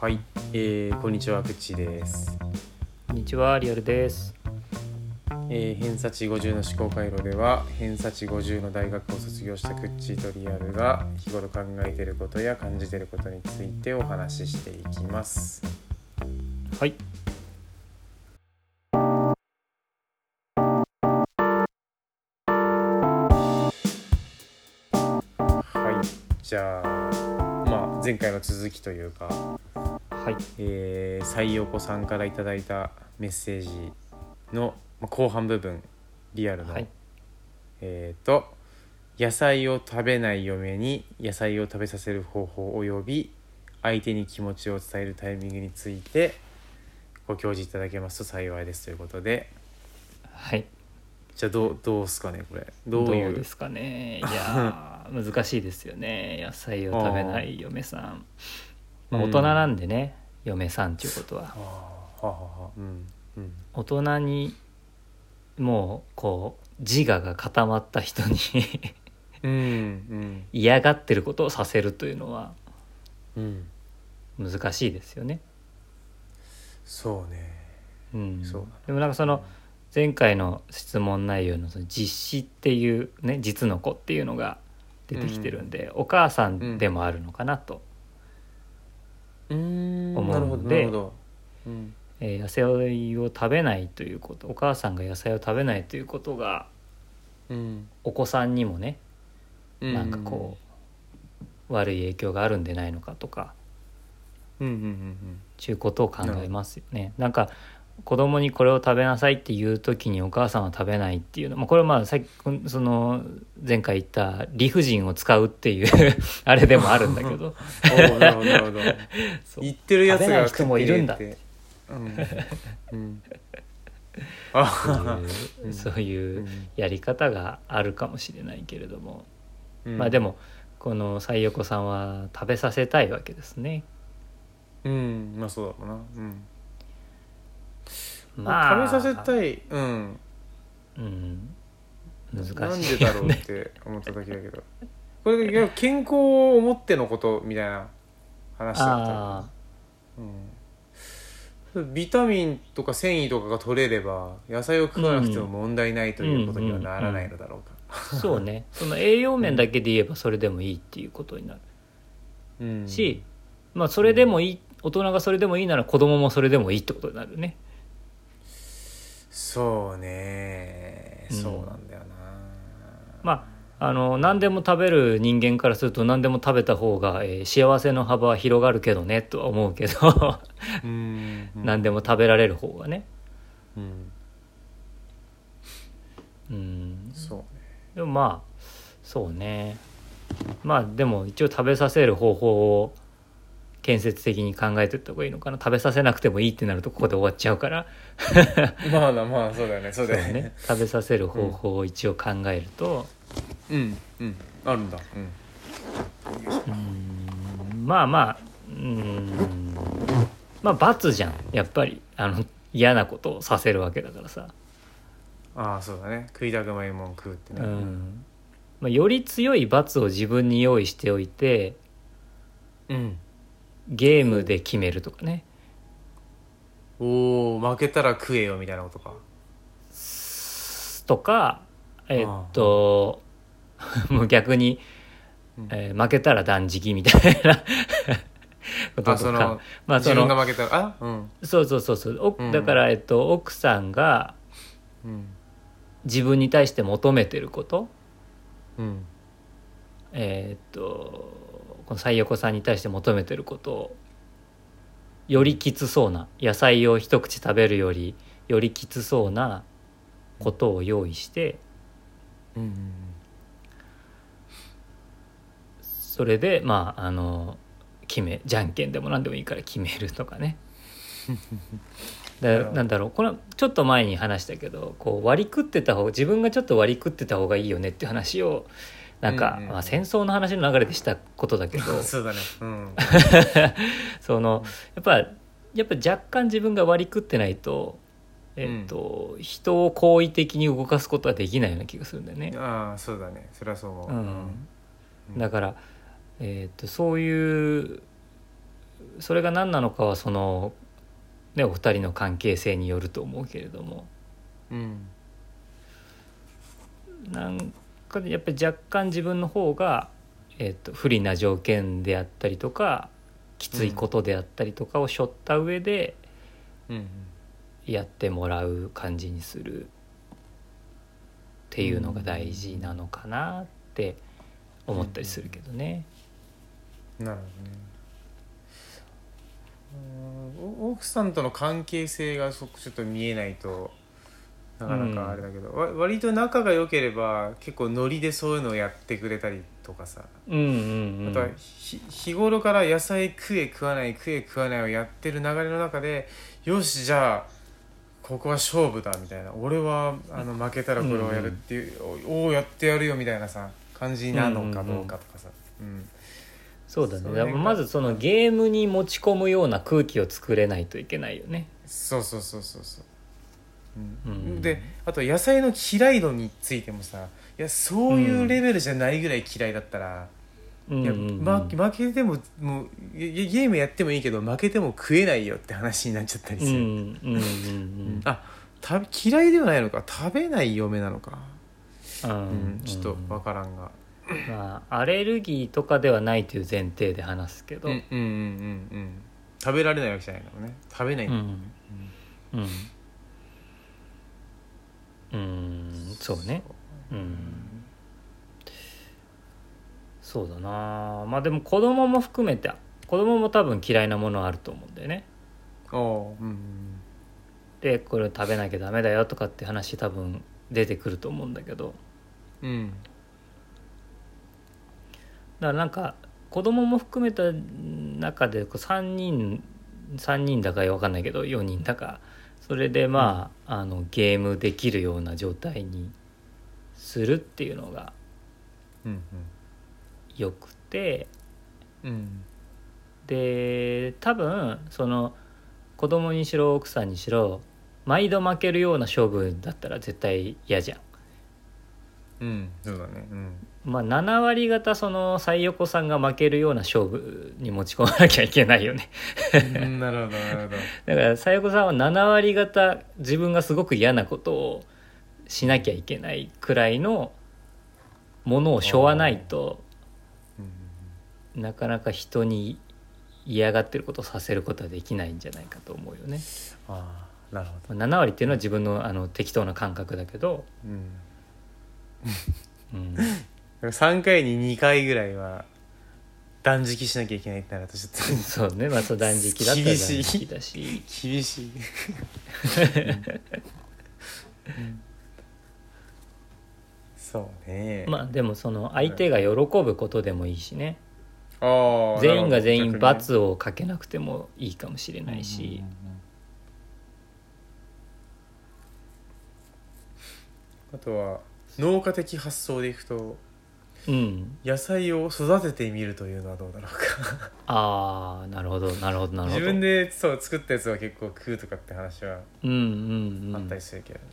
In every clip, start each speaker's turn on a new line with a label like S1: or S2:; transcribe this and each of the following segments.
S1: はい、えー、こんにちは、くっちーです。
S2: こんにちは、リアルです。
S1: えー、偏差値50の思考回路では、偏差値50の大学を卒業したくっちーとリアルが、日頃考えていることや感じていることについてお話ししていきます。
S2: はい。
S1: はい、じゃあ、まあ、前回の続きというか、
S2: はい。
S1: えー、西洋子さんからいただいたメッセージのまあ後半部分、リアルの、
S2: はい。
S1: えー、と野菜を食べない嫁に野菜を食べさせる方法および相手に気持ちを伝えるタイミングについてご教示いただけますと幸いですということで
S2: はい。
S1: じゃあどうどうすかねこれどういう
S2: ですかね。いや ー、難しいですよね。野菜を食べない嫁さん。ま
S1: う
S2: あ、大
S1: ん
S2: 人なんでね、嫁さんっていうことは
S1: あ。あはあはあうんうん
S2: 大人に、もう、こう、自我が固まった人に
S1: うんうん
S2: 嫌がってることをさせるというのは
S1: うん
S2: 難しいですよね。
S1: そうね
S2: うん
S1: そうだね
S2: でもなんかその前回の質問内容のその実施っていうね実の子っていうのが出てきてるんで、お母さんでもあるのかなと、
S1: うん
S2: 思う
S1: なるほど
S2: の
S1: な
S2: で
S1: るほどうん
S2: えー野菜を食べないということお母さんが野菜を食べないということが
S1: うん
S2: お子さんにもね
S1: うん
S2: なんかこう、悪い影響があるんでないのかとか
S1: うんうんうん
S2: ちゅうことを考えますよね。なんか子供にこれを食べなさいって言う時にお母さんは食べないっていうの、まあ、これはまあさっきその前回言った理不尽を使うっていう あれでもあるんだけど
S1: うんおーなるほどなるほど
S2: そう
S1: 言ってるやつが
S2: 食べない人もいるんだ
S1: 食ってねえってうんうん
S2: そう
S1: あ
S2: いう
S1: うん
S2: そういうやり方があるかもしれないけれども、まあで
S1: も
S2: もこの西横さんは食べさせたいわけですね。
S1: うんまあそうだろうなうん
S2: まあ、
S1: 食べさせ
S2: い、
S1: たいうん
S2: うん、
S1: な
S2: 難
S1: んで
S2: しい
S1: だろうって思っただけだけどこれいや健康を思ってのことみたいな話だった
S2: あ
S1: うん、ビタミンとか繊維とかが取れれば野菜を食わなくても問題ないということにはならないのだろうか
S2: あそうねその栄養面だけで言えばそれでもいいっていうことになる。
S1: うん
S2: し、まあ、それでもいい大人がそれでもいいなら子供もそれでもいいってことになるね
S1: そうね
S2: うん
S1: そうなんだよな、
S2: まああの何でも食べる人間からすると何でも食べた方が、えー幸せの幅は広がるけどねとは思うけど
S1: うん
S2: 何でも食べられる方がね
S1: うん
S2: うん
S1: そうね
S2: でもまあそうねまあでも一応食べさせる方法を建設的に考えていった方がいいのかな食べさせなくてもいいってなるとここで終わっちゃ うから
S1: まあなまあそうだよねそうだよね
S2: ね食べさせる方法を一応考えると、
S1: うんうんあるんだうん
S2: うーんまあまあうーんまあ罰じゃんやっぱりあの嫌なことをさせるわけだからさ、
S1: ああそうだね食いたくないもん食うってね
S2: う、んまあ、より強い罰を自分に用意しておいて
S1: うん
S2: ゲームで決めるとかね
S1: おお負けたら食えよみたいなことか
S2: とかえっと もう逆に
S1: うん、
S2: えー負けたら断食みたいなこと
S1: あ
S2: と
S1: そ
S2: か
S1: の
S2: まあ
S1: 自
S2: そ
S1: 分が
S2: の
S1: 負けたらあうん
S2: そうそうそうそうお
S1: うん
S2: だから、えっと、奥さんが
S1: うん
S2: 自分に対して求めてること
S1: うん
S2: えーっとこの西横さんに対して求めてることをよりきつそうな野菜を一口食べるよりよりきつそうなことを用意して
S1: うん
S2: それでまああの決めじゃんけんでも何でもいいから決めると かね。
S1: なる
S2: だ
S1: ほど
S2: なんだろうこれはちょっと前に話したけどこう割り食ってた方自分がちょっと割り食ってた方がいいよねって話をなんか、
S1: うんうん
S2: まあ、戦争の話の流れでしたことだけど
S1: うん そうだねうん
S2: そのやっぱやっぱ若干自分が割り食ってないと,、えっと人を好意的に動かすことはできないような気がするんだよね。
S1: ああそうだねそれはそう思
S2: う
S1: う、
S2: んだから、えっとそういうそれが何なのかはその、ね、お二人の関係性によると思うけれども
S1: うん
S2: なんかやっぱり若干自分の方が、えっと不利な条件であったりとかきついことであったりとかを背負った上で
S1: うん
S2: やってもらう感じにするっていうのが大事なのかなって思ったりするけどね。
S1: なるほどねうんお奥さんとの関係性がそちょっと見えないとなかなかあれだけど、わ割と仲が良ければ結構ノリでそういうのをやってくれたりとかさ、
S2: うんうんう
S1: あ
S2: ん
S1: とはひ日頃から野菜食え食わない食え食わないをやってる流れの中でよしじゃあここは勝負だみたいな俺はあの負けたらこれをやるっていう、おおやってやるよみたいなさ感じなのかどうかとかさ、うん
S2: そうだ
S1: そ
S2: ね
S1: れ
S2: だからまずそのゲームに持ち込むような空気を作れないといけないよね。
S1: そうそうそうそうそう、うん
S2: うん
S1: であと野菜の嫌い度についてもさいやそういうレベルじゃないぐらい嫌いだったら、
S2: うん
S1: い
S2: うん
S1: や
S2: うん
S1: ま、負けてももうゲゲームやってもいいけど負けても食えないよって話になっちゃったり
S2: う
S1: する、
S2: んうんうんうん
S1: あた嫌いではないのか食べない嫁なのか、
S2: うん
S1: うんちょっと分からんが
S2: まあアレルギーとかではないという前提で話すけど、
S1: うんうんうんうん食べられないわけじゃないのね食べない、
S2: うんうんうんそうねうんそうだなまあでも子供も含めて子供も多分嫌いなものはあると思うんだよね
S1: おううん
S2: でこれを食べなきゃダメだよとかって話多分出てくると思うんだけど
S1: うんうん
S2: だからなんか子供も含めた中でこう3人3人だか分かんないけど4人だかそれでまあ,、あのゲームできるような状態にするっていうのが
S1: うん
S2: よくて
S1: うん
S2: で多分その子供にしろ奥さんにしろ毎度負けるような勝負だったら絶対嫌じゃん。
S1: うんそうだねうん
S2: まあ、7割方その最横さんが負けるような勝負に持ち込まなきゃいけないよね
S1: うんなるほどな るほど
S2: だからさやこさんは7割方自分がすごく嫌なことをしなきゃいけないくらいのものを背負わないとなかなか人に嫌がってることをさせることはできないんじゃないかと思うよね。
S1: ああなるほど
S2: まあ7割っていうのは自分のあの適当な感覚だけど、
S1: うん
S2: うん、
S1: 3回に2回ぐらいは断食しなきゃいけないってなるとちょっと
S2: そうねまあそう断食だったら
S1: 厳
S2: 断
S1: しい
S2: 食だし
S1: 厳しいそうね
S2: まあでもその相手が喜ぶことでもいいしね
S1: あー
S2: 全員が全
S1: な
S2: 員
S1: るほど逆にね
S2: 罰をかけなくてもいいかもしれないし。
S1: あとは農家的発想でいくと
S2: うん
S1: 野菜を育ててみるというのはどうだろうか
S2: ああなるほどなるほどなるほ
S1: 自
S2: ど
S1: 分でそう作ったやつは結構食うとかって話は
S2: うんうんうん
S1: あったりするけどね、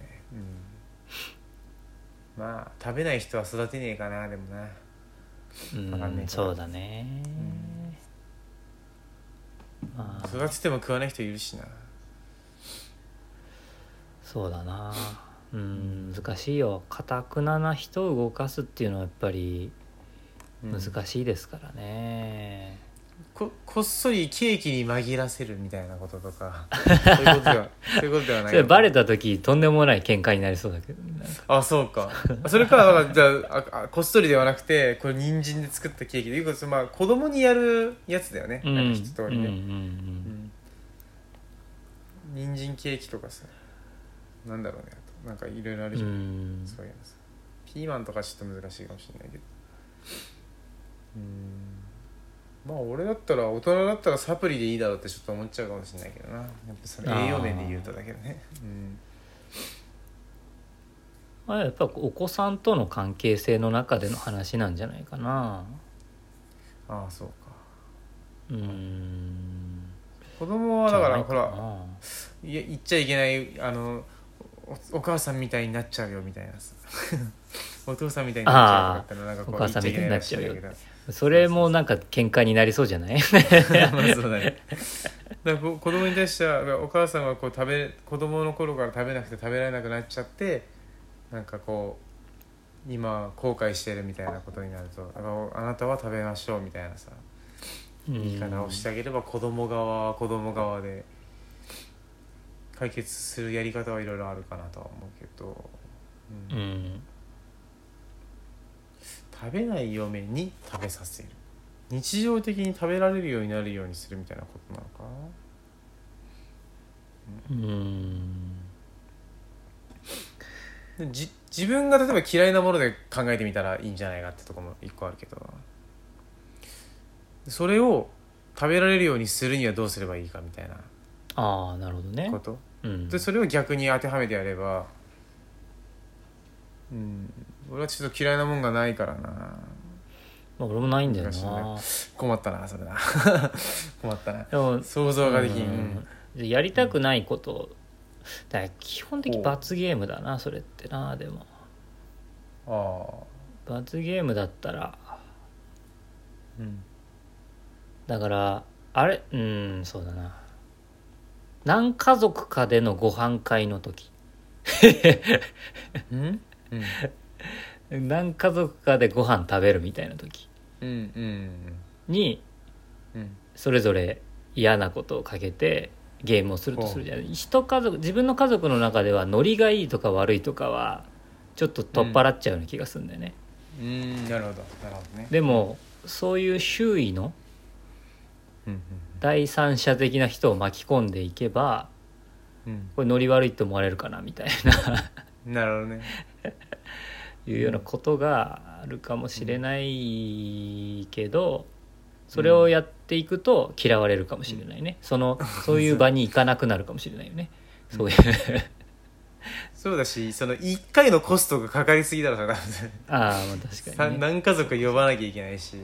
S1: うんまあ食べない人は育てねえかなでもなわかん
S2: う
S1: ないけ
S2: ん
S1: ど
S2: そうだね、まあ
S1: 育てても食わない人いるしな
S2: そうだなうん難しいよかたくなな人を動かすっていうのはやっぱり
S1: うん
S2: 難しいですからね、
S1: ここっそりケーキに紛らせるみたいなことと かそういうことではそういうことではない
S2: それバレた時とんでもない喧嘩になりそうだけどねなんか
S1: あそうかそれかだからじゃあああこっそりではなくてこれ人参で作ったケーキでいうことまあ子供にやるやつだよね、
S2: うん
S1: なんか一通り
S2: うん
S1: ね、
S2: う
S1: うんん人参ケーキとかさなんだろうねあとなんかいろいろあ
S2: う
S1: る
S2: ん
S1: じ
S2: う
S1: ゃん、
S2: ん
S1: そういうのさピーマンとかちょっと難しいかもしれないけどうんまあ俺だったら大人だったらサプリでいいだろうってちょっと思っちゃうかもしれないけどなやっぱその栄養面で言うとだけどねうん
S2: あやっぱお子さんとの関係性の中での話なんじゃないかな
S1: ああそうか
S2: うん
S1: 子供はだからほ
S2: じゃない
S1: ら
S2: かない
S1: や言っちゃいけないあのおお母さんみたいになっちゃうよみたいなさ お父さんみたいになっちゃうよみたいななんかこ
S2: お
S1: う
S2: 母さんみたいになっちゃうよ
S1: 言っちゃいけないらしいんだけど
S2: それもなんか喧嘩になりそうじゃない
S1: まあそうだね。だからこ子供に対してはお母さんはこう食べ子供の頃から食べなくて食べられなくなっちゃってなんかこう今後悔してるみたいなことになるとあのあなたは食べましょうみたいなさ 言い方をしてあげれば子供側は子供側で解決するやり方はいろいろあるかなとは思うけど、う
S2: うんん
S1: 食べない嫁に食べさせる日常的に食べられるようになるようにするみたいなことなのかな
S2: うん
S1: じ自分が例えば嫌いなもので考えてみたらいいんじゃないかってとこも一個あるけどそれを食べられるようにするにはどうすればいいかみたいな
S2: ああなるほどね
S1: こ、と
S2: うん、
S1: でそれを逆に当てはめてやればうん俺はちょっと嫌いなもんがないからな
S2: まあ俺もないんだよ
S1: 難しい
S2: な
S1: ね困ったなそれな 困ったな
S2: でも
S1: 想像ができん、
S2: うんでやりたくないことだから基本的
S1: ほう
S2: 罰ゲームだなそれってなでも
S1: ああ
S2: 罰ゲームだったら
S1: うん
S2: だからあれうんそうだな何家族かでのご飯会の時
S1: うんうん
S2: 何家族かでご飯食べるみたいな時
S1: うんうん
S2: に
S1: うん
S2: それぞれ嫌なことをかけてゲームをするとするじゃない一家族自分の家族の中ではノリがいいとか悪いとかはちょっと取っ払っちゃうような気がするんだよね、
S1: うんなるほどなるほどね
S2: でもそういう周囲の
S1: うんうん
S2: 第三者的な人を巻き込んでいけば
S1: うん
S2: これノリ悪いって思われるかなみたいな
S1: なるほどね
S2: いうようなことがあるかもしれないけどそれをやっていくと嫌われるかもしれないねそのそういう場に行かなくなるかもしれないよね
S1: うん
S2: そういう
S1: そうだしその1回のコストがかかりすぎだろうな
S2: ああまあ確か
S1: さ
S2: に、ね、
S1: 何家族呼ばなきゃいけないし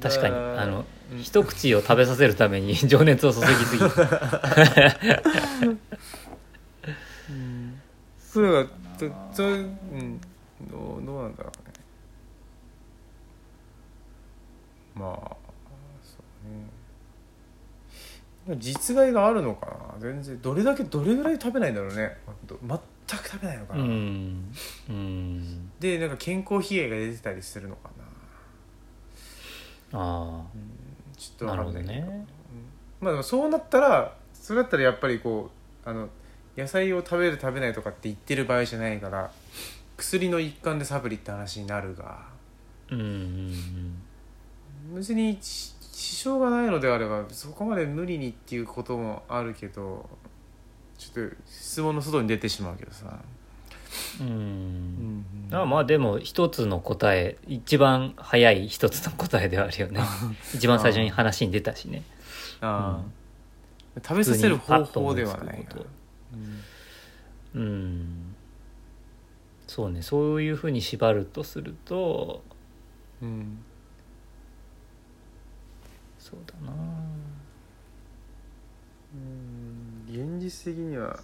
S2: 確かに
S1: だ
S2: あの
S1: うん
S2: 一口を食べさせるために情熱を注ぎすぎる
S1: そうだとそううんどうどうなんだろうねまあそうねでも実害があるのかな全然どれだけどれぐらい食べないんだろうねど全く食べないのか
S2: う
S1: な、
S2: んうん
S1: でなんか健康被害が出てたりするのかな
S2: あ
S1: ちょっと
S2: あ
S1: わ
S2: な
S1: か
S2: る
S1: ん
S2: ほど
S1: ないけど
S2: ね
S1: まあでもそうなったらそれだったらやっぱりこうあの野菜を食べる食べないとかって言ってる場合じゃないから薬の一環でサプリって話になるが
S2: うんうんうん
S1: 別に支支障がないのであればそこまで無理にっていうこともあるけどちょっと質問の外に出てしまうけどさ、
S2: う
S1: うんん
S2: あまあでも一つの答え一番早い一つの答えではあるよね一番最初に話に出たしね
S1: ああ食べさせる方法ではない
S2: 普通にパッと思いつくこと
S1: なうん
S2: うんそうねそういうふうに縛るとすると
S1: うん
S2: そうだな
S1: うん現実的には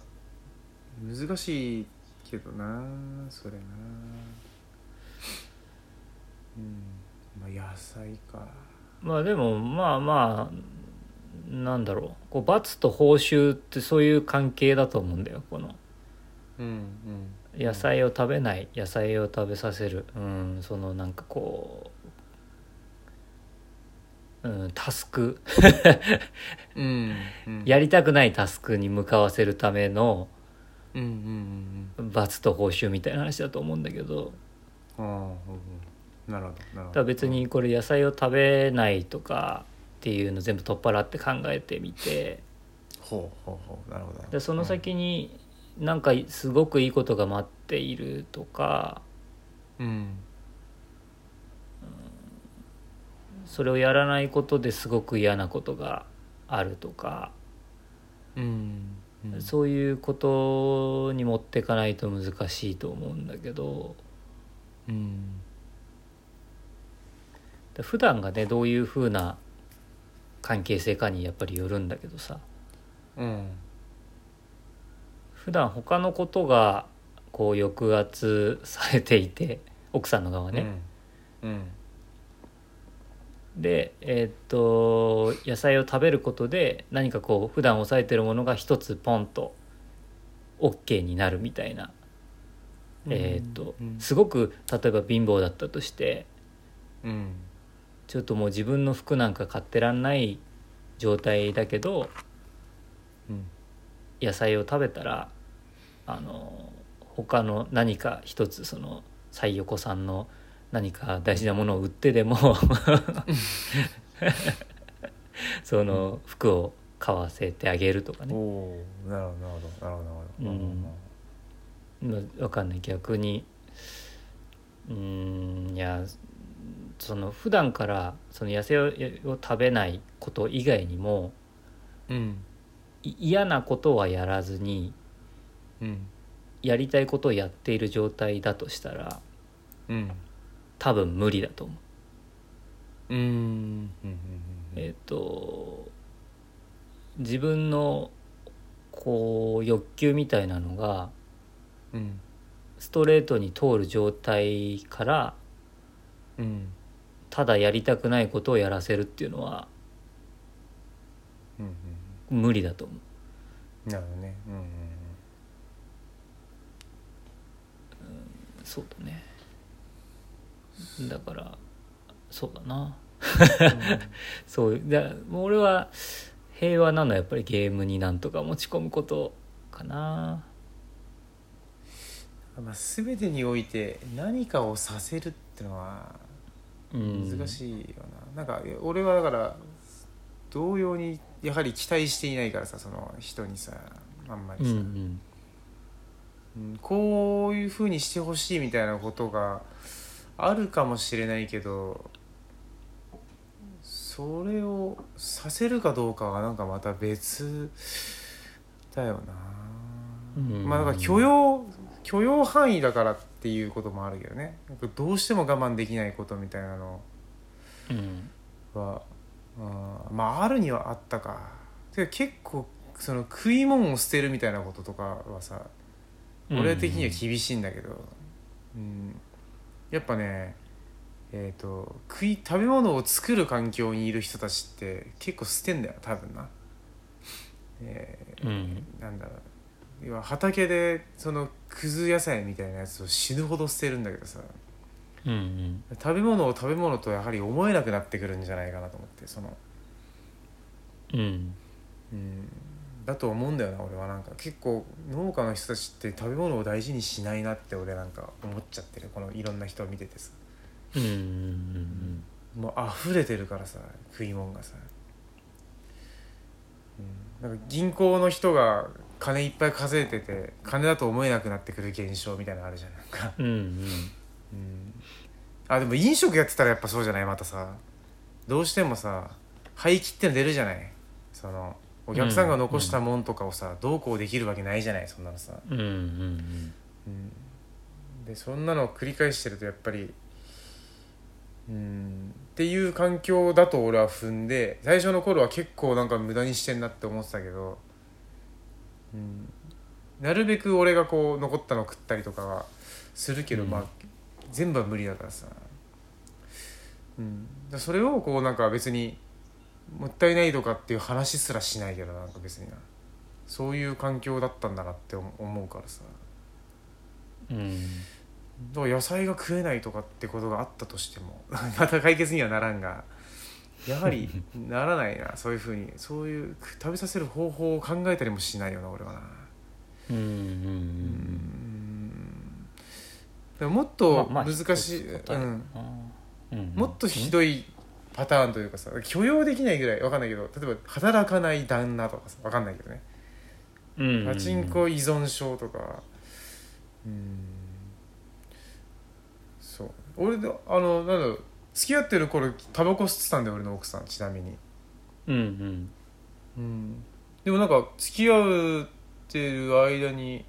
S1: 難しいけどなそれなうんまあ野菜か
S2: まあでもまあまあなんだろうこう罰と報酬ってそういう関係だと思うんだよこの
S1: うんうん
S2: 野菜を食べない野菜を食べさせるうんそのなんかこう、うん、タスク
S1: うんうん
S2: やりたくないタスクに向かわせるための
S1: うんうんうん
S2: 罰と報酬みたいな話だと思うんだけど
S1: うんああなるほどなるほ
S2: ただ
S1: ど
S2: 別にこれ野菜を食べないとかっていうの全部取っ払って考えてみて
S1: ほうほうほうなるほど
S2: でその先になんかすごくいいことが待っているとか
S1: うん
S2: それをやらないことですごく嫌なことがあるとか
S1: うんうん
S2: そういうことに持ってかないと難しいと思うんだけど
S1: うん
S2: だ普段がねどういうふうな関係性かにやっぱりよるんだけどさ
S1: うん
S2: 普段他のことがこう抑圧されていて奥さんの側ね、
S1: うん、うん
S2: でえーっと野菜を食べることで何かこう普段抑えてるものが一つポンと OK になるみたいな、えーっと
S1: うん
S2: すごく例えば貧乏だったとして
S1: うん
S2: ちょっともう自分の服なんか買ってらんない状態だけど
S1: うん
S2: 野菜を食べたらあの他の何か一つその西横さんの何か大事なものを売ってでも その服を買わせてあげるとか
S1: お
S2: ね
S1: おーなるほどなるほどなるほどなるほど、
S2: うんまあわかんない逆にうーんいやその普段からその野生を食べないこと以外にも
S1: うん
S2: い嫌なことはやらずに
S1: うん
S2: やりたいことをやっている状態だとしたら
S1: うん
S2: 多分無理だと思う。
S1: うんうんうん
S2: えっと自分のこう欲求みたいなのが
S1: うん
S2: ストレートに通る状態から
S1: うん
S2: ただやりたくないことをやらせるっていうのは
S1: うん
S2: 無理だと思う。
S1: うんなるほどねうんうん
S2: そうだねだからそうだなそうだもう俺は平和なのはやっぱりゲームになんとか持ち込むことかな
S1: うんまあ全てにおいて何かをさせるってのは
S2: うん
S1: 難しいよな,、なんかいや俺はだから同様にやはり期待していないからさその人にさあんまり
S2: うん
S1: さ、
S2: うん
S1: うんこういうふうにしてほしいみたいなことがあるかもしれないけどそれをさせるかどうかはなんかまた別だよな、
S2: うん
S1: まあだから許容許容範囲だからっていうこともあるけどねなんかどうしても我慢できないことみたいなの
S2: うん
S1: は、うん、まああるにはあったかてか結構その食い物を捨てるみたいなこととかはさ俺的には厳しいんだけど、うんやっぱねえっ、と食い食べ物を作る環境にいる人たちって結構捨てんだよ多分な、えー
S2: うん
S1: なんだろう要は畑でそのくず野菜みたいなやつを死ぬほど捨てるんだけどさ
S2: うんうん
S1: 食べ物を食べ物とやはり思えなくなってくるんじゃないかなと思ってその、
S2: うん
S1: うん、だと思うんだよな俺はなんか結構農家の人たちって食べ物を大事にしないなって俺なんか思っちゃってるこのいろんな人を見ててさ
S2: うんうんうん
S1: もう溢れてるからさ食い物がさ、うん、なんか銀行の人が金いっぱい稼いでて金だと思えなくなってくる現象みたいなのあるじゃんなんか、
S2: うんうん
S1: うん、あでも飲食やってたらやっぱそうじゃないまたさどうしてもさ廃棄っての出るじゃないそのお客さんが残したもんとかをさ、どうこうできるわけないじゃないそんなのさ、
S2: うんうん
S1: うんでそんなのを繰り返してるとやっぱりうんっていう環境だと俺は踏んで最初の頃は結構なんか無駄にしてんなって思ってたけど、うん、なるべく俺がこう残ったの食ったりとかはするけど、
S2: うん
S1: まあ全部は無理だからさ、うん、だからそれをこうなんか別にもったいないとかっていう話すらしないけどなんか別になそういう環境だったんだなって思思うからさ。
S2: うん
S1: だから野菜が食えないとかってことがあったとしても また解決にはならんがやは りならないなそういうふうにそういうく食べさせる方法を考えたりもしないよな俺はな
S2: うんうん
S1: う
S2: う
S1: んんだからもっ
S2: ま
S1: と
S2: あまあ
S1: 難しい、
S2: 一つ
S1: う
S2: 答えだ
S1: ん、
S2: なうん
S1: もっとひどいパターンというかさ許容できないぐらいわかんないけど例えば働かない旦那とかさわかんないけどね
S2: うんうんうん
S1: パチンコ依存症とかうんそう俺のあのなんだろう付き合ってる頃タバコ吸ってたんだよ俺の奥さんちなみに
S2: うんうん
S1: うんでもなんか付き合ってる間に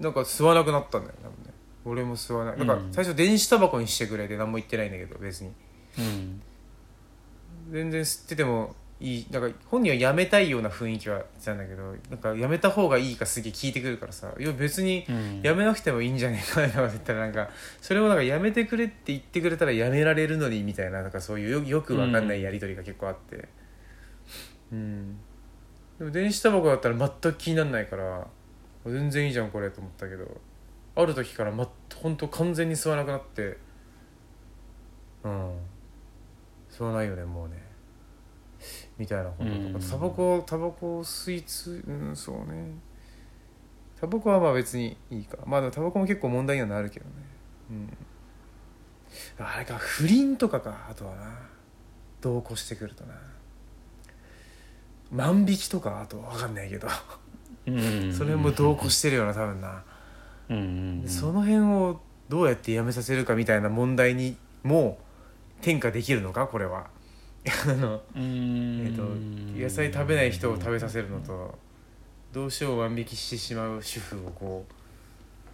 S1: なんか吸わなくなったんだよ多分ね俺も吸わないなんか
S2: うん
S1: 最初電子タバコにしてくれて何も言ってないんだけど別に
S2: うん
S1: 全然吸っててもいいなんか本人はやめたいような雰囲気はしてたんだけどなんかやめた方がいいかすげえ聞いてくるからさいや別に
S2: うん
S1: やめなくてもいいんじゃねえかなとか言ったらなんかそれをなんかやめてくれって言ってくれたらやめられるのにみたいななんかそういうよよくわかんないやり取りが結構あってうん、でも電子タバコだったら全く気にならないから全然いいじゃんこれと思ったけどある時から、ま、ほんと完全に吸わなくなってうん吸わないよねもうねみたいなこととか、
S2: うん
S1: タバコタバコ吸いつうんそうねタバコはまあ別にいいかまあでもタバコも結構問題にはなるけどねうんあれか不倫とかかあとはな同行してくるとな万引きとかあと分かんないけど
S2: うん
S1: それも同行してるよな多分な
S2: うんうんうん
S1: その辺をどうやってやめさせるかみたいな問題にも転嫁できるのかこれはあの、
S2: うーん
S1: えっと野菜食べない人を食べさせるのとどうしよう万引きしてしまう主婦をこう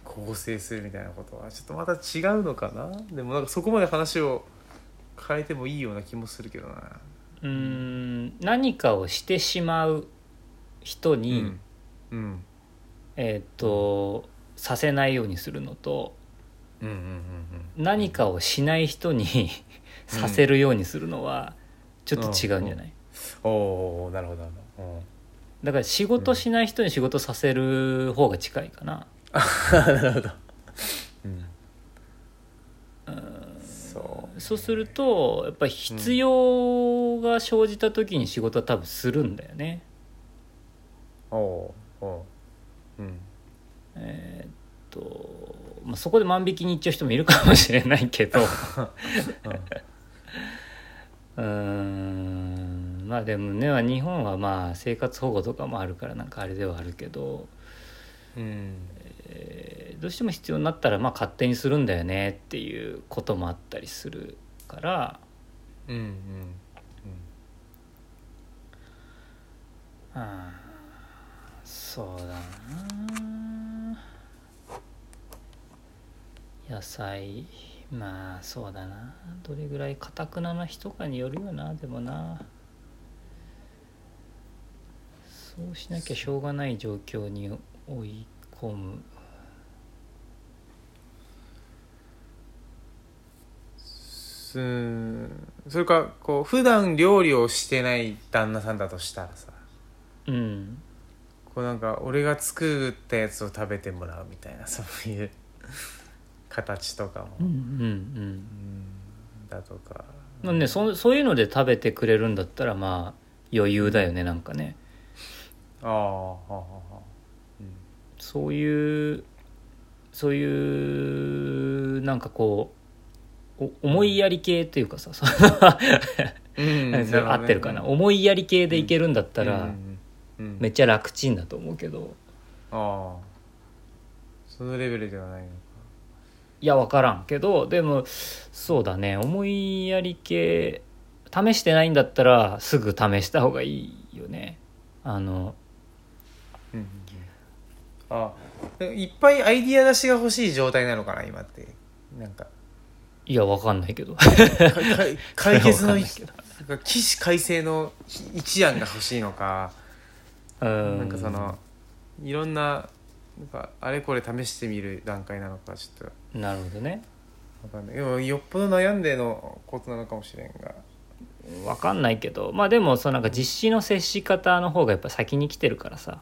S1: 構成するみたいなことはちょっとまた違うのかなでもなんかそこまで話を変えてもいいような気もするけどな。
S2: うーん何かをしてしまう人
S1: う
S2: に、
S1: ん、うん
S2: えっ、とさせないようにするのと
S1: うんうんうんうん
S2: 何かをしない人にさせるよ うにするのはちょっと違うんじゃない、
S1: おおなるほどなるほどうん
S2: だから仕事しない人に仕事させる方が近いかな、
S1: なるほど。うん。そう。
S2: そうするとやっぱ必要が生じた時に仕事は多分するんだよね、
S1: おうおう。うん。
S2: えーっと、まあ、そこで万引きに行っちゃう人もいるかもしれないけどう ーんまあでもね日本はまあ生活保護とかもあるからなんかあれではあるけど、
S1: うん。
S2: えーどうしても必要になったらまあ勝手にするんだよねっていうこともあったりするから
S1: うん。うん。
S2: うんそうだな野菜まあそうだなどれぐらいかたくなな人かによるよなでもなそうしなきゃしょうがない状況に追い込む
S1: すそれかこう普段料理をしてない旦那さんだとしたらさ
S2: うん
S1: こうなんか俺が作ったやつを食べてもらうみたいなそういう形とかも、
S2: うんうんうん
S1: うんだとか
S2: まあね、そそういうので食べてくれるんだったらまあ余裕だよねなんかね
S1: ああはあはあはあうん
S2: そういうそういうなんかこうお思いやり系というかさ、そ
S1: うんなるほどね
S2: 合ってるかな、思いやり系でいけるんだった
S1: う
S2: ら、
S1: んうんうん
S2: めっちゃ楽ちんだと思うけど
S1: ああそのレベルではないのか
S2: いや分からんけどでもそうだね思いやり系試してないんだったらすぐ試した方がいいよねあの
S1: うんうんうんああいっぱいアイディア出しが欲しい状態なのかな今ってなんか
S2: いや分かんないけど
S1: かか解決の
S2: わかんないけど
S1: なんか起死回生のひ一案が欲しいのか
S2: うん
S1: なんかそのいろんななんかあれこれ試してみる段階なのかちょっと
S2: なるほどね
S1: わかんないでもよっぽど悩んでのことなのかもしれんが
S2: わかんないけどまあでもそのなんか実施の接し方の方がやっぱ先に来てるからさ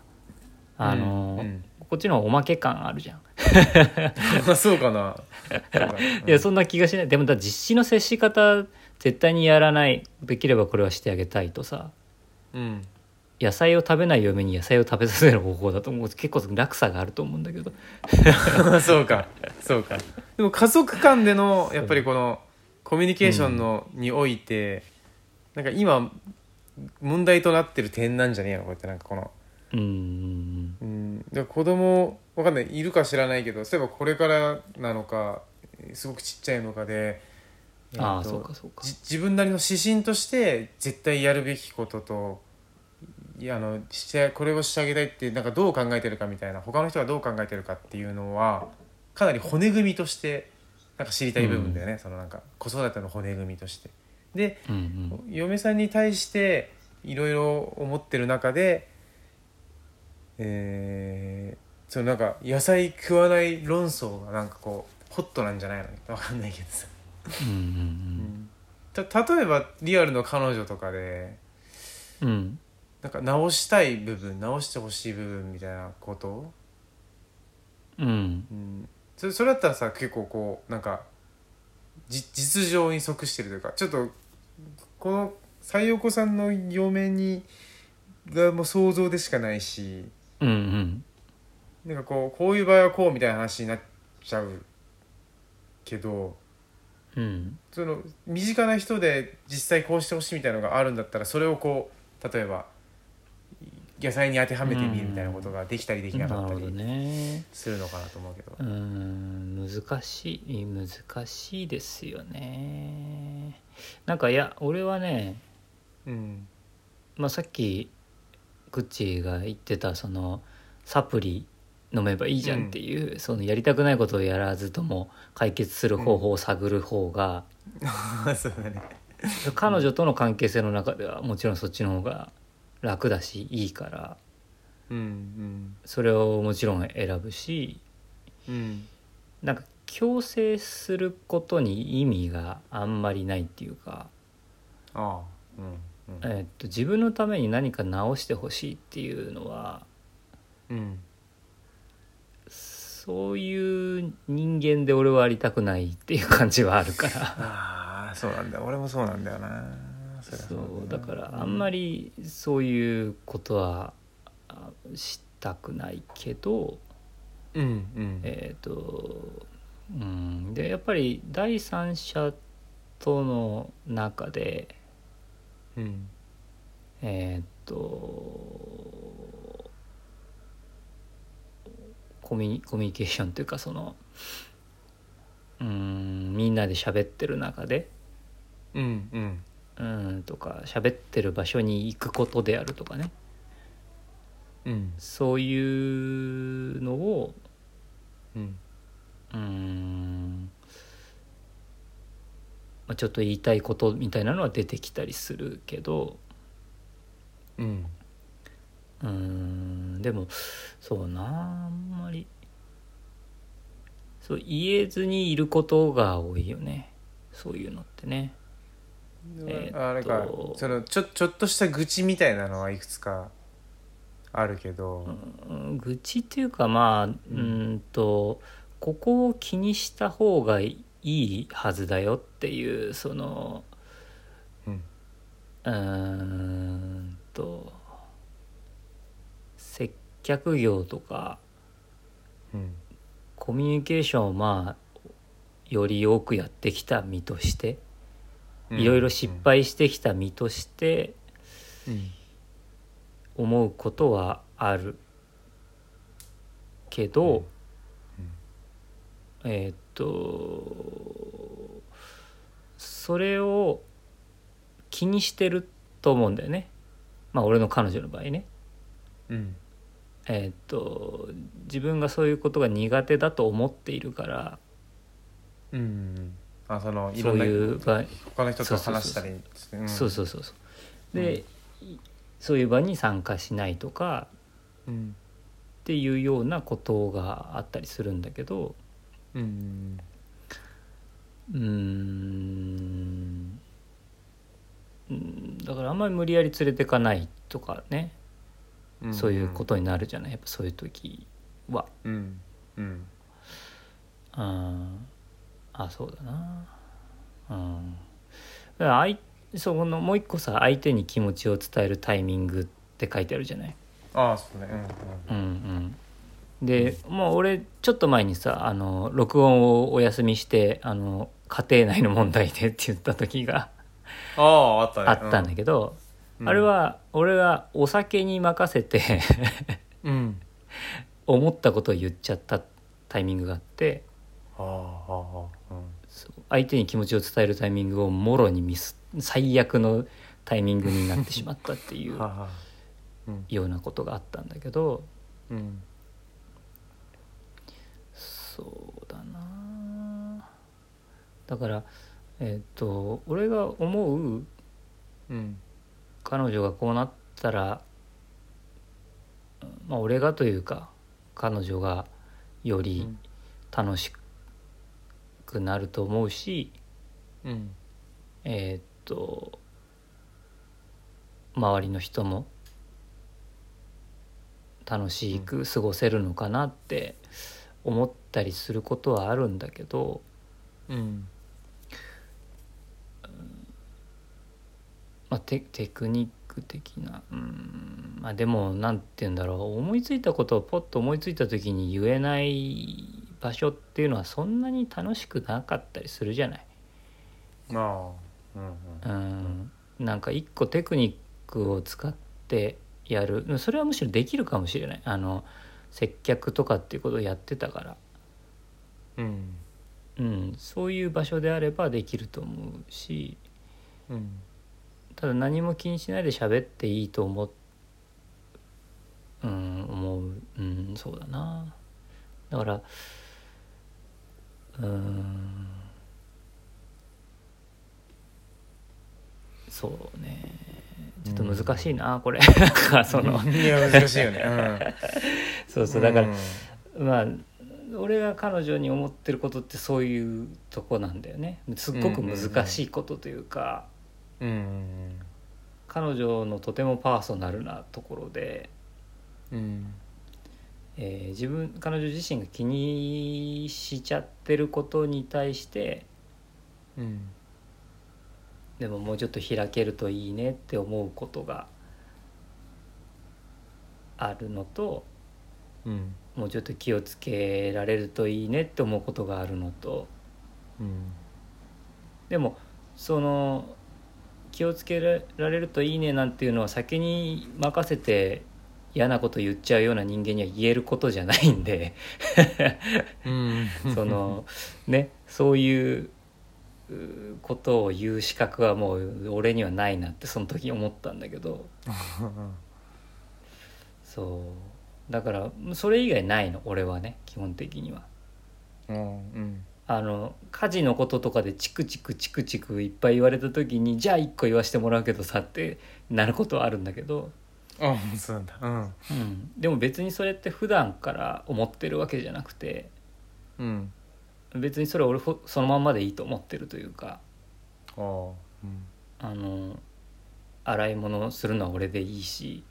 S2: あのー
S1: うん うん
S2: こっちの方がおまけ感あるじゃん、
S1: まあそうかなそうか
S2: いやそんな気がしないでもだから実施の接し方絶対にやらないできればこれはしてあげたいとさ
S1: うん
S2: 野菜を食べない嫁に野菜を食べさせる方法だと思う結構落差があると思うんだけど
S1: そうかそうかでも家族間でのやっぱりこのコミュニケーションの、においてなんか今問題となってる点なんじゃねえのこうやってなんかこの
S2: うーん
S1: うんじゃあ子供わかんないいるか知らないけど例えばこれからなのかえーすごくちっちゃいのかで、えーと
S2: ああそうかそうか
S1: じ自分なりの指針として絶対やるべきことといやあのしてこれをしてあげたいってなんかどう考えてるかみたいな他の人がどう考えてるかっていうのはかなり骨組みとしてなんか知りたい部分だよね、そのなんか子育ての骨組みとして。で
S2: うん
S1: 嫁さんに対していろいろ思ってる中でえー、そのなんか野菜食わない論争がなんかこうホットなんじゃないのわかんないけどさ、
S2: うん
S1: た例えばリアルの彼女とかで
S2: うんうんうん
S1: なんか直したい部分直してほしい部分みたいなこと、
S2: うん
S1: うん、それそれだったらさ結構こうなんかじ実情に即してるというかちょっとこの西洋子さんの嫁にがもう想像でしかないし
S2: うんうん
S1: なんかこうこういう場合はこうみたいな話になっちゃうけど
S2: うん
S1: その身近な人で実際こうしてほしいみたいなのがあるんだったらそれをこう例えば野菜に当てはめてみるみたいなことができたりできなか
S2: な
S1: っ
S2: る
S1: た
S2: ほど
S1: り
S2: ね
S1: するのかなと思うけど
S2: うーん難しい難しいですよねなんかいや俺はね、
S1: うん
S2: まあ、さっきグッチーが言ってたそのサプリ飲めばいいじゃんっていう、そのやりたくないことをやらずとも解決する方法を探る方が、
S1: そうだね
S2: 彼女との関係性の中ではもちろんそっちの方が楽だしいいから
S1: うん
S2: それをもちろん選ぶし
S1: うんうん
S2: なんか強制することに意味があんまりないっていうか、
S1: ああうん
S2: えっと自分のために何か直してほしいっていうのは
S1: うん
S2: そういう人間で俺はありたくないっていう感じはあるから
S1: ああそうなんだよ俺もそうなんだよなそりゃ
S2: そうだからあ
S1: うん
S2: まりそういうことはあしたくないけど
S1: うんうん
S2: えっ、とうんでやっぱり第三者との中で
S1: うん
S2: えーっとコミュニコミュニケーションというかそのうーんみんなで喋ってる中で
S1: うんうん
S2: うーんとか喋ってる場所に行くことであるとかね
S1: うん
S2: そういうのを
S1: うん
S2: うーん、まあ、ちょっと言いたいことみたいなのは出てきたりするけど
S1: うん
S2: うーんでもそうなあんまりそう言えずにいることが多いよねそういうのってねえーっと
S1: あれかそのちょちょっとした愚痴みたいなのはいくつかあるけど、
S2: うん愚痴っていうかまあうーんとここを気にした方がいいはずだよっていうその
S1: うん
S2: うーんと接客業とか
S1: うん
S2: コミュニケーションをまあより多くやってきた身としていろいろ失、敗してきた身として
S1: うん
S2: 思うことはあるけど、えーっとそれを気にしてると思うんだよねまあ俺の彼女の場合ね。
S1: うん
S2: えーっと自分がそういうことが苦手だと思っているから
S1: うんうんあそのい
S2: そ
S1: ろ
S2: うん
S1: な
S2: いう場
S1: 他の人と話したり
S2: そう
S1: う
S2: そうそうそうで、いそういう場に参加しないとか
S1: うん
S2: っていうようなことがあったりするんだけど
S1: うん
S2: うーんうんだからあんまり無理やり連れてかないとかね、
S1: ん
S2: そういうことになるじゃないやっぱそういう時は
S1: うんうん
S2: うんあそうだなうんだからあいそこのもう一個さ相手に気持ちを伝えるタイミングって書いてあるじゃない
S1: ああそうね
S2: うんうん、でもう俺ちょっと前にさあの録音をお休みしてあの家庭内の問題でって言った時が
S1: あああったね
S2: あったんだけど、あれは俺がお酒に任せて
S1: うん
S2: 思ったことを言っちゃったタイミングがあって
S1: ああああ
S2: そう相手に気持ちを伝えるタイミングをもろにミス最悪のタイミングになってしまったっていう
S1: ははうん
S2: ようなことがあったんだけど
S1: うん
S2: そうだなだからえっ、と俺が思う
S1: うん
S2: 彼女がこうなったらまあ俺がというか彼女がより楽しくなると思うし、
S1: うん
S2: えーっと周りの人も楽しく過ごせるのかなって思ったりすることはあるんだけど
S1: うん
S2: まあ、テテクニック的なうんまあでもなんて言うんだろう思いついたことをポッと思いついた時に言えない場所っていうのはそんなに楽しくなかったりするじゃない。
S1: まあうん
S2: うんなんか一個テクニックを使ってやるそれはむしろできるかもしれないあの接客とかっていうことをやってたから、
S1: うん
S2: うん、そういう場所であればできると思うし
S1: うん
S2: ただ何も気にしないで喋っていいと思う、うん、思う、うん、そうだなだからうんそうねちょっと難しいな、こ れなんかその
S1: いや難しいよねうん
S2: そうそうだから、
S1: ん
S2: まあ俺が彼女に思ってることってそういうとこなんだよねすっごく難しいことというか、
S1: うん
S2: 彼女のとてもパーソナルなところで、
S1: うん
S2: えー自分彼女自身が気にしちゃってることに対して
S1: うん
S2: でももうちょっと開けるといいねって思うことがあるのと
S1: うん
S2: もうちょっと気をつけられるといいねって思うことがあるのと
S1: うん
S2: でもその気をつけられるといいねなんていうのは先に任せて嫌なこと言っちゃうような人間には言えることじゃないんで。
S1: うん
S2: そのねそういううーことを言う資格はもう俺にはないなってその時思ったんだけどそうだからそれ以外ないの俺はね基本的には。
S1: うんうん
S2: あの家事のこととかでチクチクチクチクいっぱい言われた時にじゃあ一個言わせてもらうけどさってなることはあるんだけど、
S1: あそうなんだうん
S2: うん、でも別にそれって普段から思ってるわけじゃなくて
S1: うん
S2: 別にそれは俺ほそのまんまでいいと思ってるというか。
S1: ああうん
S2: あの洗い物するのは俺でいいし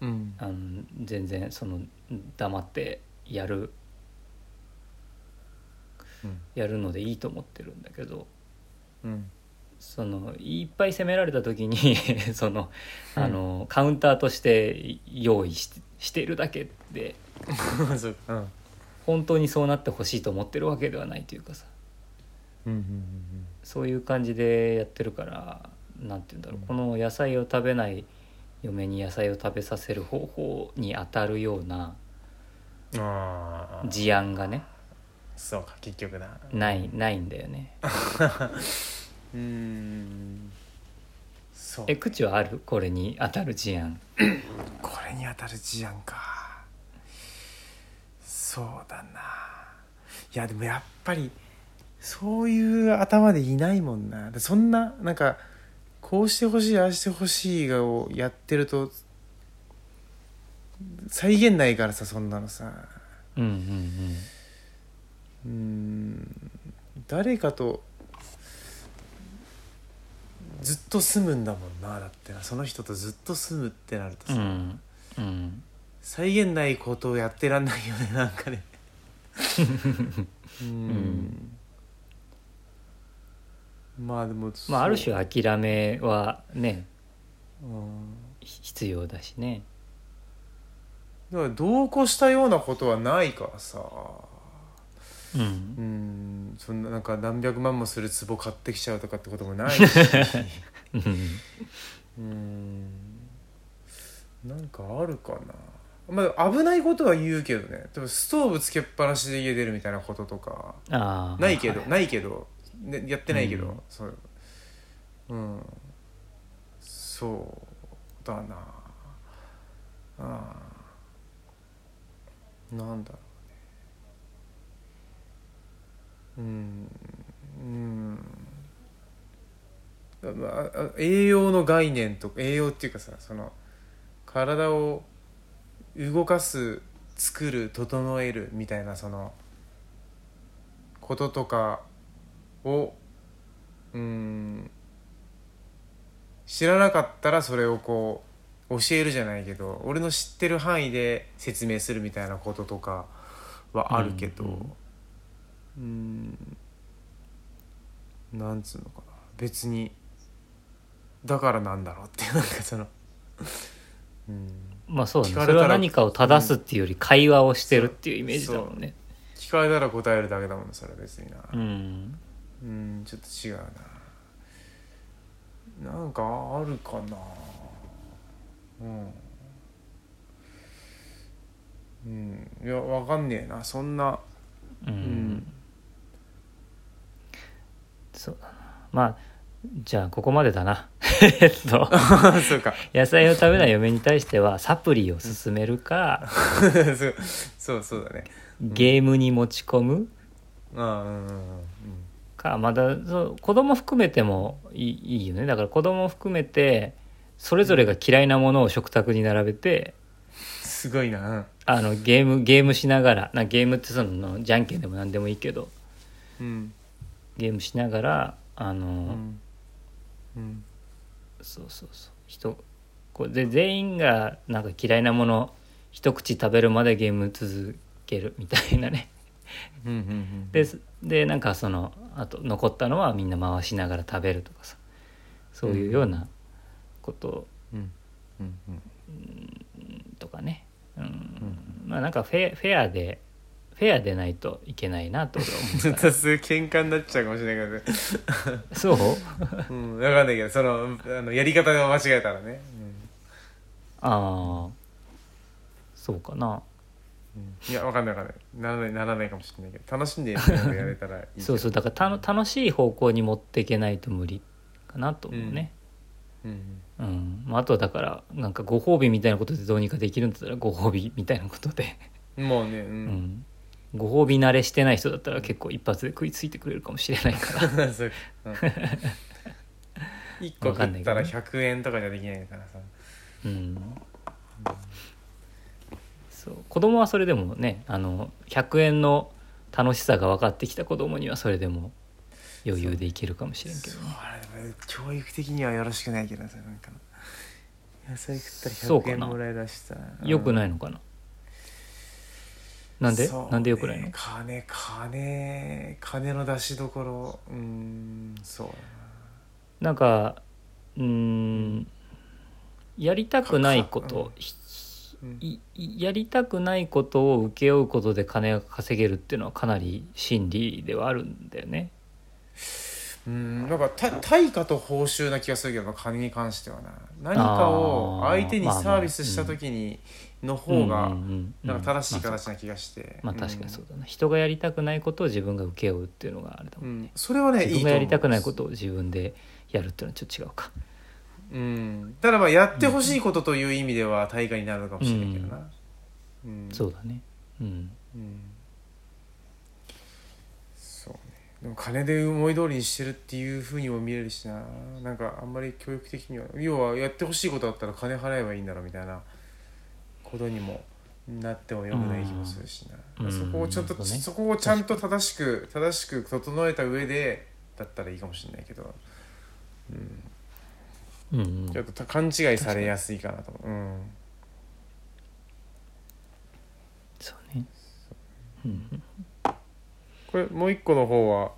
S1: うん
S2: あの全然その黙ってやる
S1: うん
S2: やるのでいいと思ってるんだけど
S1: うん
S2: そのいっぱい責められた時に そのあのカウンターとして用意ししてるだけで
S1: そううん
S2: 本当にそうなってほしいと思ってるわけではないというかさ
S1: うんうん
S2: そういう感じでやってるからなんて言うんだろう、
S1: うん
S2: この野菜を食べない嫁に野菜を食べさせる方法に当たるような
S1: うんああ
S2: 事案がね
S1: そうか結局な
S2: ないないんだよね
S1: うーんそう
S2: え口はあるこれに当たる事案
S1: これに当たる事案かそうだないやでもやっぱりそういう頭でいないもんなでそんななんかこうしてほしいああしてほしいをやってると再現ないからさそんなのさ
S2: うんうんうん
S1: うーん誰かとずっと住むんだもんなだってなその人とずっと住むってなると
S2: う
S1: さ、
S2: んうん
S1: 再現ないことをやってらんないよねなんか ねうーんまあでも
S2: まあある種
S1: は、
S2: 諦めはね
S1: うん、
S2: ひ必要だしね
S1: だから同行したようなことはないからさ
S2: う
S1: うんんそんななんか何百万もする壺買ってきちゃうとかってことも ないしう
S2: うん
S1: ーんなんかあるかなまあ危ないことは言うけどねでもストーブつけっぱなしで家出るみたいなこととか
S2: ああ
S1: ないけど、
S2: は
S1: ないけど、ね、やってないけど、
S2: うん
S1: そううんそうだなあーなんだろうねうんうんまああ栄養の概念と栄養っていうかさその体を動かす作る整えるみたいなそのこととかをうん知らなかったらそれをこう教えるじゃないけど俺の知ってる範囲で説明するみたいなこととかはあるけど
S2: うん
S1: うんなんつうのかな別にだからなんだろうってなんかそのうん
S2: まあそうね
S1: 聞かれた
S2: それ
S1: ら
S2: は何かを正すっていうより会話をしてるっていうイメージだもんね
S1: 聞かれたら答えるだけだもんそれは別にな
S2: うん
S1: うんちょっと違うななんかあるかなうん、うん、いやわかんねえなそんな
S2: うん、
S1: ん
S2: そうだなまあじゃあここまでだな えっと
S1: そうか
S2: 野菜を食べない嫁に対してはサプリを勧めるか
S1: そうそうそうだね
S2: ゲームに持ち込む
S1: あうんうんうん
S2: かまだそう子供含めてもいいいいよねだから子供含めてそれぞれが嫌いなものを食卓に並べて
S1: すごいなうん
S2: あのゲームゲームしながらなゲームってそのじゃんけんでも何でもいいけど
S1: うん
S2: ゲームしながらあの、
S1: うんうん
S2: そうそうそう人こうで全員がなんか嫌いなもの一口食べるまでゲーム続けるみたいなね
S1: うんうんうん
S2: ででなんかそのあと残ったのはみんな回しながら食べるとかさそういうようなこと
S1: うんうんうん
S2: とかねうん、まあなんかフェフェアでフェアでないといけないなと俺は
S1: ちょっとすごい喧嘩になっちゃうかもしれないけど
S2: 思うそう
S1: うん、分かんないけどそのあのやり方を間違えたらね、
S2: ああそうかな
S1: うんうんいや分かんない分かんないならないならないかもしれないけど楽しんでやれたらいいけど
S2: そうそうだからたの楽しい方向に持っていけないと無理かなと思うね、
S1: うん
S2: うんまあ、あとはだからなんかご褒美みたいなことでどうにかできるんだったらご褒美みたいなことで、
S1: うんもうねう、
S2: うんん、ご褒美慣れしてない人だったら結構一発で食いついてくれるかもしれないから
S1: そううん、1個
S2: わかんな
S1: 食った
S2: いけどね
S1: ら100円とかじゃできないからさ
S2: うんそう子供はそれでもねあの100円の楽しさが分かってきた子供にはそれでも余裕でいけるかもしれんけど
S1: そう
S2: ね
S1: あれ教育的にはよろしくないけどさなんか野菜食った
S2: そう
S1: ら100
S2: か
S1: 円
S2: な
S1: もらえだした
S2: 良くないいのかななんで、なんで良くないの
S1: 金金金の出しどころうんそうだな
S2: なんかうーんやりたくないこ
S1: かか
S2: と、
S1: うん
S2: いいやりたくないことを請け負うことで金が稼げるっていうのはかなり真理ではあるんだよね。
S1: うんなんかた対価と報酬な気がするけど金に関してはな何かを
S2: あー
S1: 相手にサービスした時にの方がなんか正しい
S2: から
S1: 形な気がして
S2: まあ、まあ確かにそうだな、人がやりたくないことを自分が請け負うっていうのがあれだ
S1: う
S2: も
S1: ん、
S2: ん、
S1: うんそれはねいい
S2: 自
S1: と思
S2: 分が
S1: う
S2: やりたくないことを自分でやるっていうのはちょっと違うか。
S1: うんただまあやってほしいことという意味では対価になるのかもしれないけどな、うん
S2: そうだね。うん、
S1: うんそうねでも金で思い通りにしてるっていうふうにも見れるしななんかあんまり教育的には要はやってほしいことだったら金払えばいいんだろうみたいなことにもなってもよくない気もするしな、
S2: うん
S1: そこをちょっと、
S2: うんそうね
S1: そこをちゃんと正しく正しく整えた上でだったらいいかもしれないけど、うん、
S2: うんうん
S1: ちょっとた勘違いされやすいかなと思う、うん、
S2: そうね。うんうん
S1: これもう一個の方は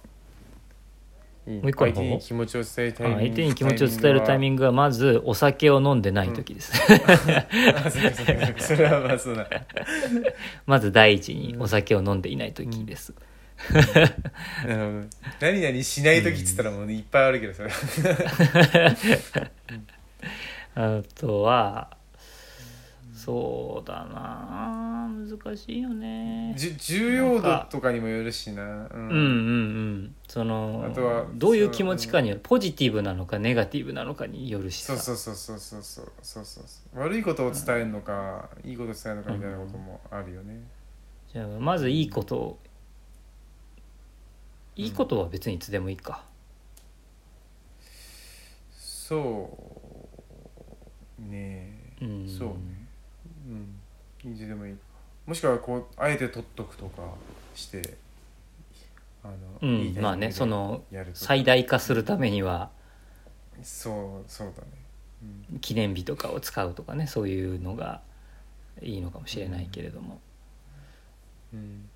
S1: いい
S2: もう一個の方
S1: 相手に気持ちを伝えるタイミング
S2: 相手に気持ちを伝えるタイミングはまずお酒を飲んでない時です、
S1: ングはあそうかそうかそう かそれはまあそうだ
S2: まず第一にお酒を飲んでいない時です、
S1: なるほど何々しない時っつったらもういっぱいあるけどそれ
S2: あとはそうだな難しいよね
S1: じゅ重要度とかにもよるしなう
S2: うんうんうんその
S1: あとは
S2: どういう気持ちかによるポジティブなのかネガティブなのかによるし
S1: そ
S2: さ
S1: うそうそうそうそうそうそうそうそう悪いことを伝えるのか、いいことを伝えるのかみたいなこともあるよね、
S2: じゃあまずいいことをいいことは別にいつでもいいか、
S1: そうね
S2: うん
S1: そうねうんいつでもいいもしくはこうあえて取っとくとかしてあの、
S2: う
S1: い
S2: ん
S1: いタイミングで
S2: まあねその
S1: やると
S2: 最大化するためには
S1: そうそうだね、うん、
S2: 記念日とかを使うとかねそういうのがいいのかもしれないけれども
S1: うん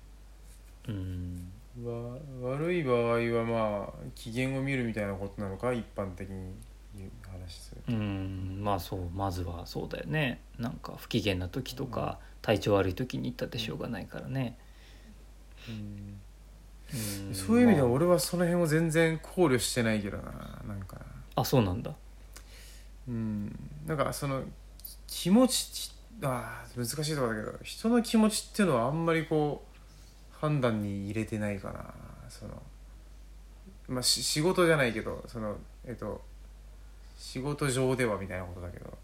S2: うん
S1: わ悪い場合はまあ機嫌を見るみたいなことなのか一般的に言う話する
S2: うんまあそうまずはそうだよねなんか不機嫌な時とか体調悪い時に行ったってしょうがないからね、
S1: うん
S2: うん
S1: そういう意味では
S2: ま
S1: 俺はその辺を全然考慮してないけどななんかな
S2: あ、あそうなんだ
S1: うんなんかそのき気持ちあー難しいところだけど人の気持ちっていうのはあんまりこう判断に入れてないかなそのまあし仕事じゃないけどそのえっと仕事上ではみたいなことだけど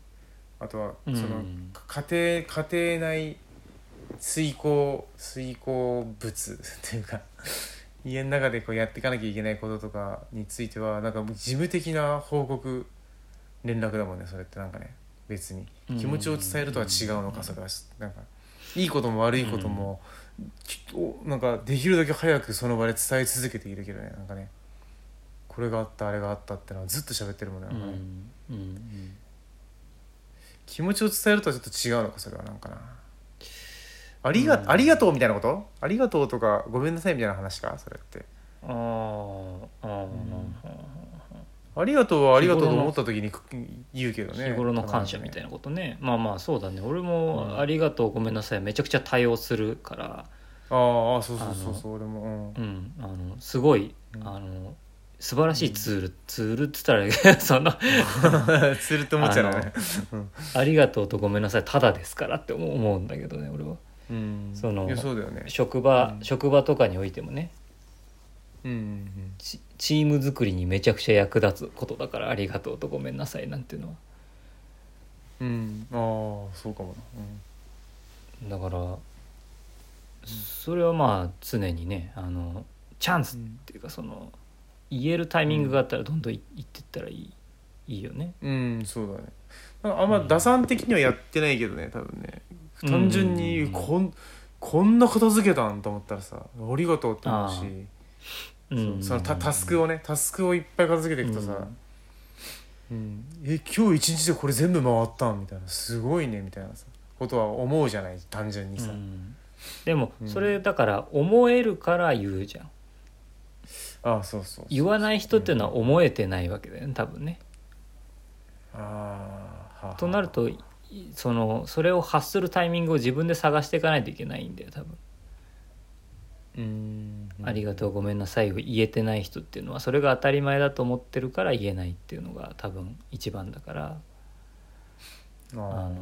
S1: あとはその、
S2: うん
S1: か家庭家庭内遂行遂行物っていうか 家の中でこうやっていかなきゃいけないこととかについてはなんかもう事務的な報告連絡だもんねそれってなんかね別に
S2: うん
S1: 気持ちを伝えるとは違うのかそれはなんかいいことも悪いことも、きおなんかできるだけ早くその場で伝え続けているけどねなんかねこれがあったあれがあったってのはずっと喋ってるもんね
S2: う
S1: なんかね
S2: んうん
S1: 気持ちを伝えるとはちょっと違うのかそれはなんかなありが,、
S2: うん
S1: ありがとうみたいなことありがとうとかごめんなさいみたいな話かそれって
S2: あーあー、
S1: ありがとうはありがとうと思った時にく言うけどね
S2: 日頃の感謝みたい
S1: な
S2: なことねまあまあそうだね俺も「ありがとうごめんなさい」めちゃくちゃ対応するから、
S1: あーあーそうそうそうそう俺も
S2: うん、あのすごい、
S1: うん
S2: あの素晴らしいツール、ツールっつったらあれだけどその
S1: うんするって思っちゃうね
S2: 「ありがとう」と「ごめんなさい」ただですからって思う思うんだけどね俺は
S1: うん
S2: その
S1: いやそうだよね
S2: 職場、
S1: うん
S2: 職場とかにおいてもね
S1: うんうん
S2: チチーム作りにめちゃくちゃ役立つことだから「ありがとう」と「ごめんなさい」なんていうのは
S1: うんうんああそうかも
S2: だからそれはまあ常にねあのチャンスっていうかその言えるタイミングがあったらどんどんい言ってったらいいいいよね。
S1: なうん、うん、そうだねなんかあんま打算的にはやってないけどね多分ね
S2: うん
S1: 単純にこんこんな片付けたんと思ったらさありがとうって思う
S2: あ
S1: し
S2: うん
S1: そのタタスクをねタスクをいっぱい片付けていくとさ、うんえ今日一日でこれ全部回ったんみたいなすごいねみたいなさことは思うじゃない単純に
S2: う
S1: さ、
S2: んでも
S1: うん
S2: それだから思えるから言うじゃん
S1: ああそうそう
S2: 言わない人っていうのは思えてないわけだよね多分ね。
S1: ああはは
S2: となるといそのそれを発するタイミングを自分で探していかないといけないんだよ多分。
S1: うん
S2: ありがとうごめんなさいを言えてない人っていうのはそれが当たり前だと思ってるから言えないっていうのが多分一番だから
S1: あ
S2: あ
S1: あ
S2: の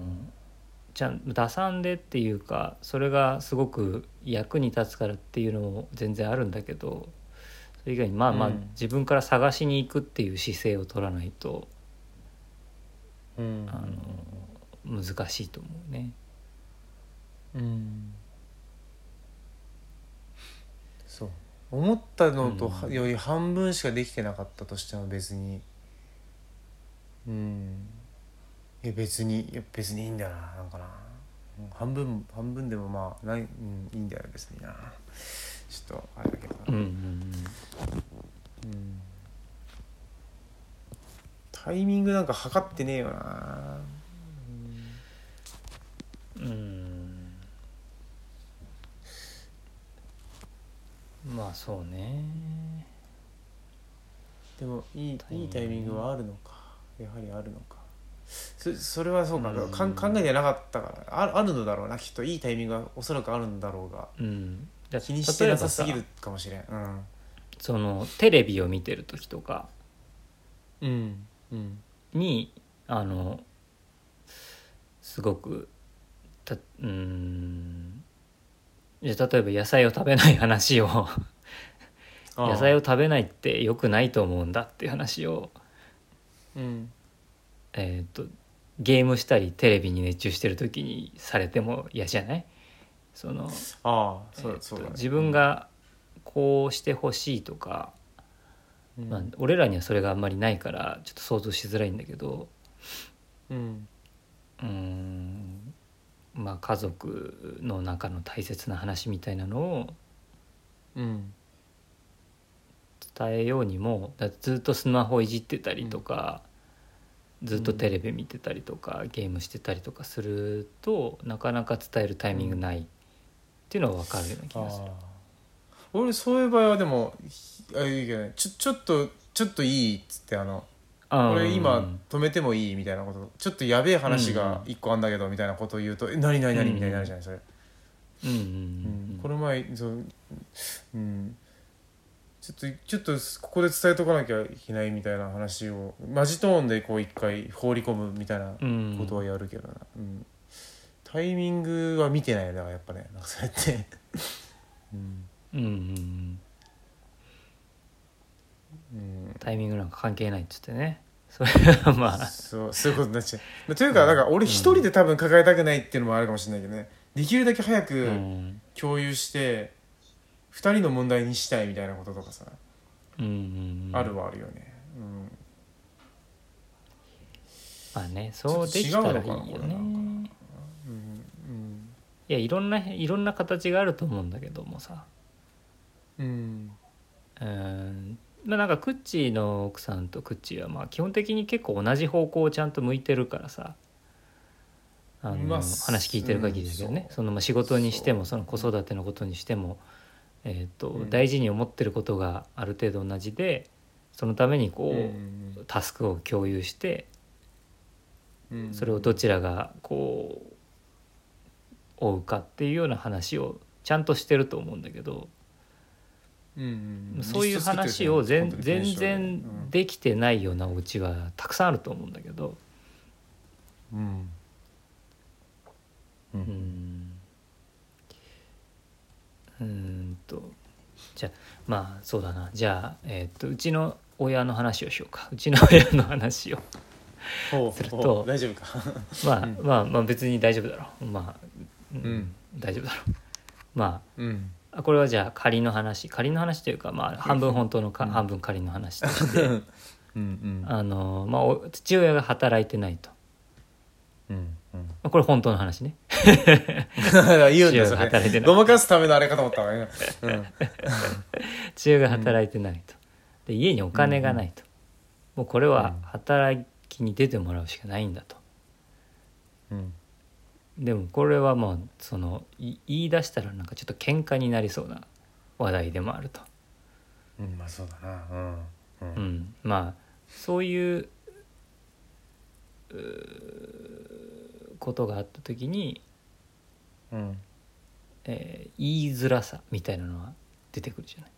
S2: ちゃん打算でっていうかそれがすごく役に立つからっていうのも全然あるんだけどそれ以外にまあまあ
S1: うん
S2: 自分から探しに行くっていう姿勢を取らないと
S1: うん
S2: あの難しいと思うね。
S1: うんそう思ったのとは
S2: うん
S1: より半分しかできてなかったとしても別にうんいや別にいや別にいいんだよななんかなうん半分半分でもまあない、うん、いいんだよ別になちょっとあれだけどな
S2: うんうんうん
S1: うんタイミングなんか測ってねえよな
S2: うんまあそうね
S1: でもいい
S2: タイミン
S1: い
S2: グ
S1: いタイミングはあるのかやはりあるのかそそれはそうか,、
S2: うん
S1: かん考えてなかったからああるのだろうなきっといいタイミングはおそらくあるんだろうが
S2: うんだ
S1: 気にしてなさすぎ
S2: 例えば
S1: るかもしれんうん
S2: そのテレビを見てる時とか
S1: うんうん
S2: にあのすごくたうーんじゃあ例えば野菜を食べない話を野菜を食べないって良くないと思うんだっていう話を、
S1: うん
S2: えー、とゲームしたりテレビに熱中してる時にされても嫌じゃないその
S1: ああそう
S2: えー
S1: だ
S2: と
S1: そうだね
S2: 自分がこうしてほしいとか、
S1: うん
S2: まあ、俺らにはそれがあんまりないからちょっと想像しづらいんだけど
S1: うん
S2: うーんまあ家族の中の大切な話みたいなのを
S1: うん
S2: 伝えようにもだってずっとスマホいじってたりとか、ずっとテレビ見てたりとかゲームしてたりとかするとなかなか伝えるタイミングないっていうのは分かるような気がする。
S1: あー俺そういう場合はでもひあいいけどねちょちょっとちょっといいっつってあの
S2: あ
S1: 俺今止めてもいいみたいなことちょっとやべえ話が一個あんだけどみたいなことを言うと「え何何何?」みたいになるじゃないそれ、
S2: うんうん
S1: うん
S2: う
S1: こ
S2: ん
S1: の前そう、うん、ちょっとちょっとここで伝えとかなきゃいけないみたいな話をマジトーンでこう一回放り込むみたいな
S2: うん
S1: ことはやるけどな、うんタイミングは見てないよねだからやっぱねなんかそうやって、 うん
S2: うんうんうん
S1: うん、
S2: タイミングなんか関係ないっつってねそれはまあ
S1: そうそういうことになっちゃうというかなんか俺一人で多分抱えたくないっていうのもあるかもしれないけどねできるだけ早
S2: う
S1: く
S2: ん
S1: 共有して二人の問題にしたいみたいなこととかさ、
S2: うんうんうん
S1: あるはあるよね、うん、
S2: まあねそうできたらいいよ
S1: ちょっと違うのかなこれなん
S2: ねいやいろんないろんな形があると思うんだけどもさ
S1: うんうん
S2: うーんまあなんかクッチーの奥さんとクッチーはまあ基本的に結構同じ方向をちゃんと向いてるからさあの
S1: まあ
S2: 話聞いてる限りだけど
S1: う
S2: ね、
S1: んそう
S2: そのまあ仕事にしても
S1: そ
S2: そうの子育てのことにしても、えーと
S1: うん
S2: 大事に思ってることがある程度同じでそのためにこう、
S1: うん
S2: タスクを共有して
S1: うん
S2: それをどちらがこう追うかっていうような話をちゃんとしてると思うんだけど
S1: うんうんうん
S2: そういう話を全全然、できてないようなお家はたくさんあると思うんだけど
S1: うんう
S2: うんんうーんとじゃあまあそうだなじゃあ、えーっとうちの親の話をしようかうちの親の話を
S1: ほう
S2: すると
S1: ほう大丈夫か
S2: まあ、
S1: うん
S2: まあまあ別に大丈夫だろうまあ、うん
S1: うん
S2: 大丈夫だろうま
S1: うん
S2: ああこれはじゃあ仮の話仮の話というかまあ半分本当のか、
S1: うん
S2: 半分仮の話として
S1: うんうん
S2: あのまあお父親が働いてないと
S1: うん うん
S2: まあこれ本当の話ね
S1: 言うん
S2: 父
S1: だ
S2: 親
S1: そ
S2: が
S1: れ
S2: 働いてない
S1: ごまかすためのあれかと思ったわねうん
S2: 父親が働いてないとで家にお金がないと、もうこれは
S1: うん
S2: 働きに出てもらうしかないんだと
S1: うん
S2: でもこれはもうそのい言い出したらなんかちょっと喧嘩になりそうな話題でもあると
S1: うんまあそうだなうんう
S2: うんん、まあそういううーことがあった時に、
S1: うん
S2: えー言いづらさみたいなのは出てくるじゃない。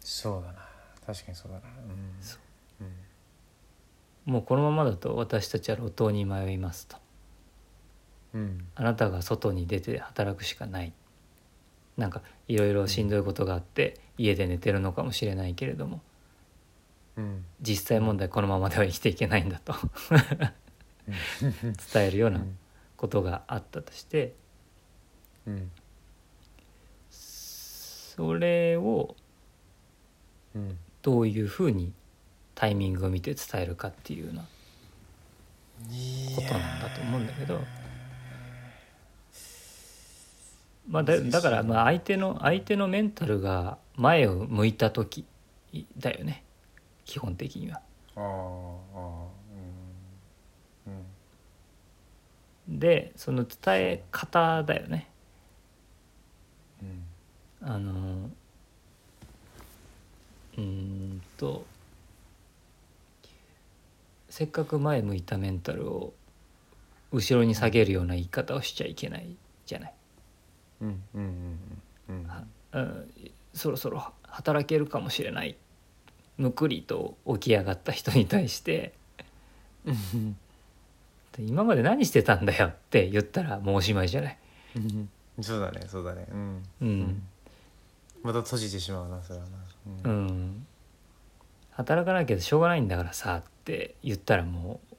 S1: そうだな確かにそうだなうん
S2: そ
S1: う
S2: う
S1: ん
S2: もうこのままだと私たちは路頭に迷いますと
S1: うん
S2: あなたが外に出て働くしかないなんかいろいろしんどいことがあって家で寝てるのかもしれないけれども
S1: うん
S2: 実際問題このままでは生きていけないんだと
S1: うん
S2: 伝えるよう
S1: う
S2: なんことがあったとして
S1: うん
S2: それを
S1: うん
S2: どういうふうにタイミングを見て伝えるかっていうようなことなんだと思うんだけど、まあ、だだからまあ相手の相手のメンタルが前を向いた時だよね基本的には。
S1: あーあーうん
S2: でその伝え方だよね。
S1: うん
S2: あのうーんとせっかく前向いたメンタルを後ろに下げるような言い方をしちゃいけないじゃない。
S1: うんうんうんうんうん
S2: はうん、そろそろ働けるかもしれないむくりと起き上がった人に対して
S1: うん
S2: 「で今まで何してたんだよ」って言ったらもうおしまいじゃない。
S1: うんそうだねそうだねうん
S2: うん
S1: また閉じてしまうなそれはなう
S2: う
S1: ん
S2: ん、働かなきゃしょうがないんだからさって言ったらもう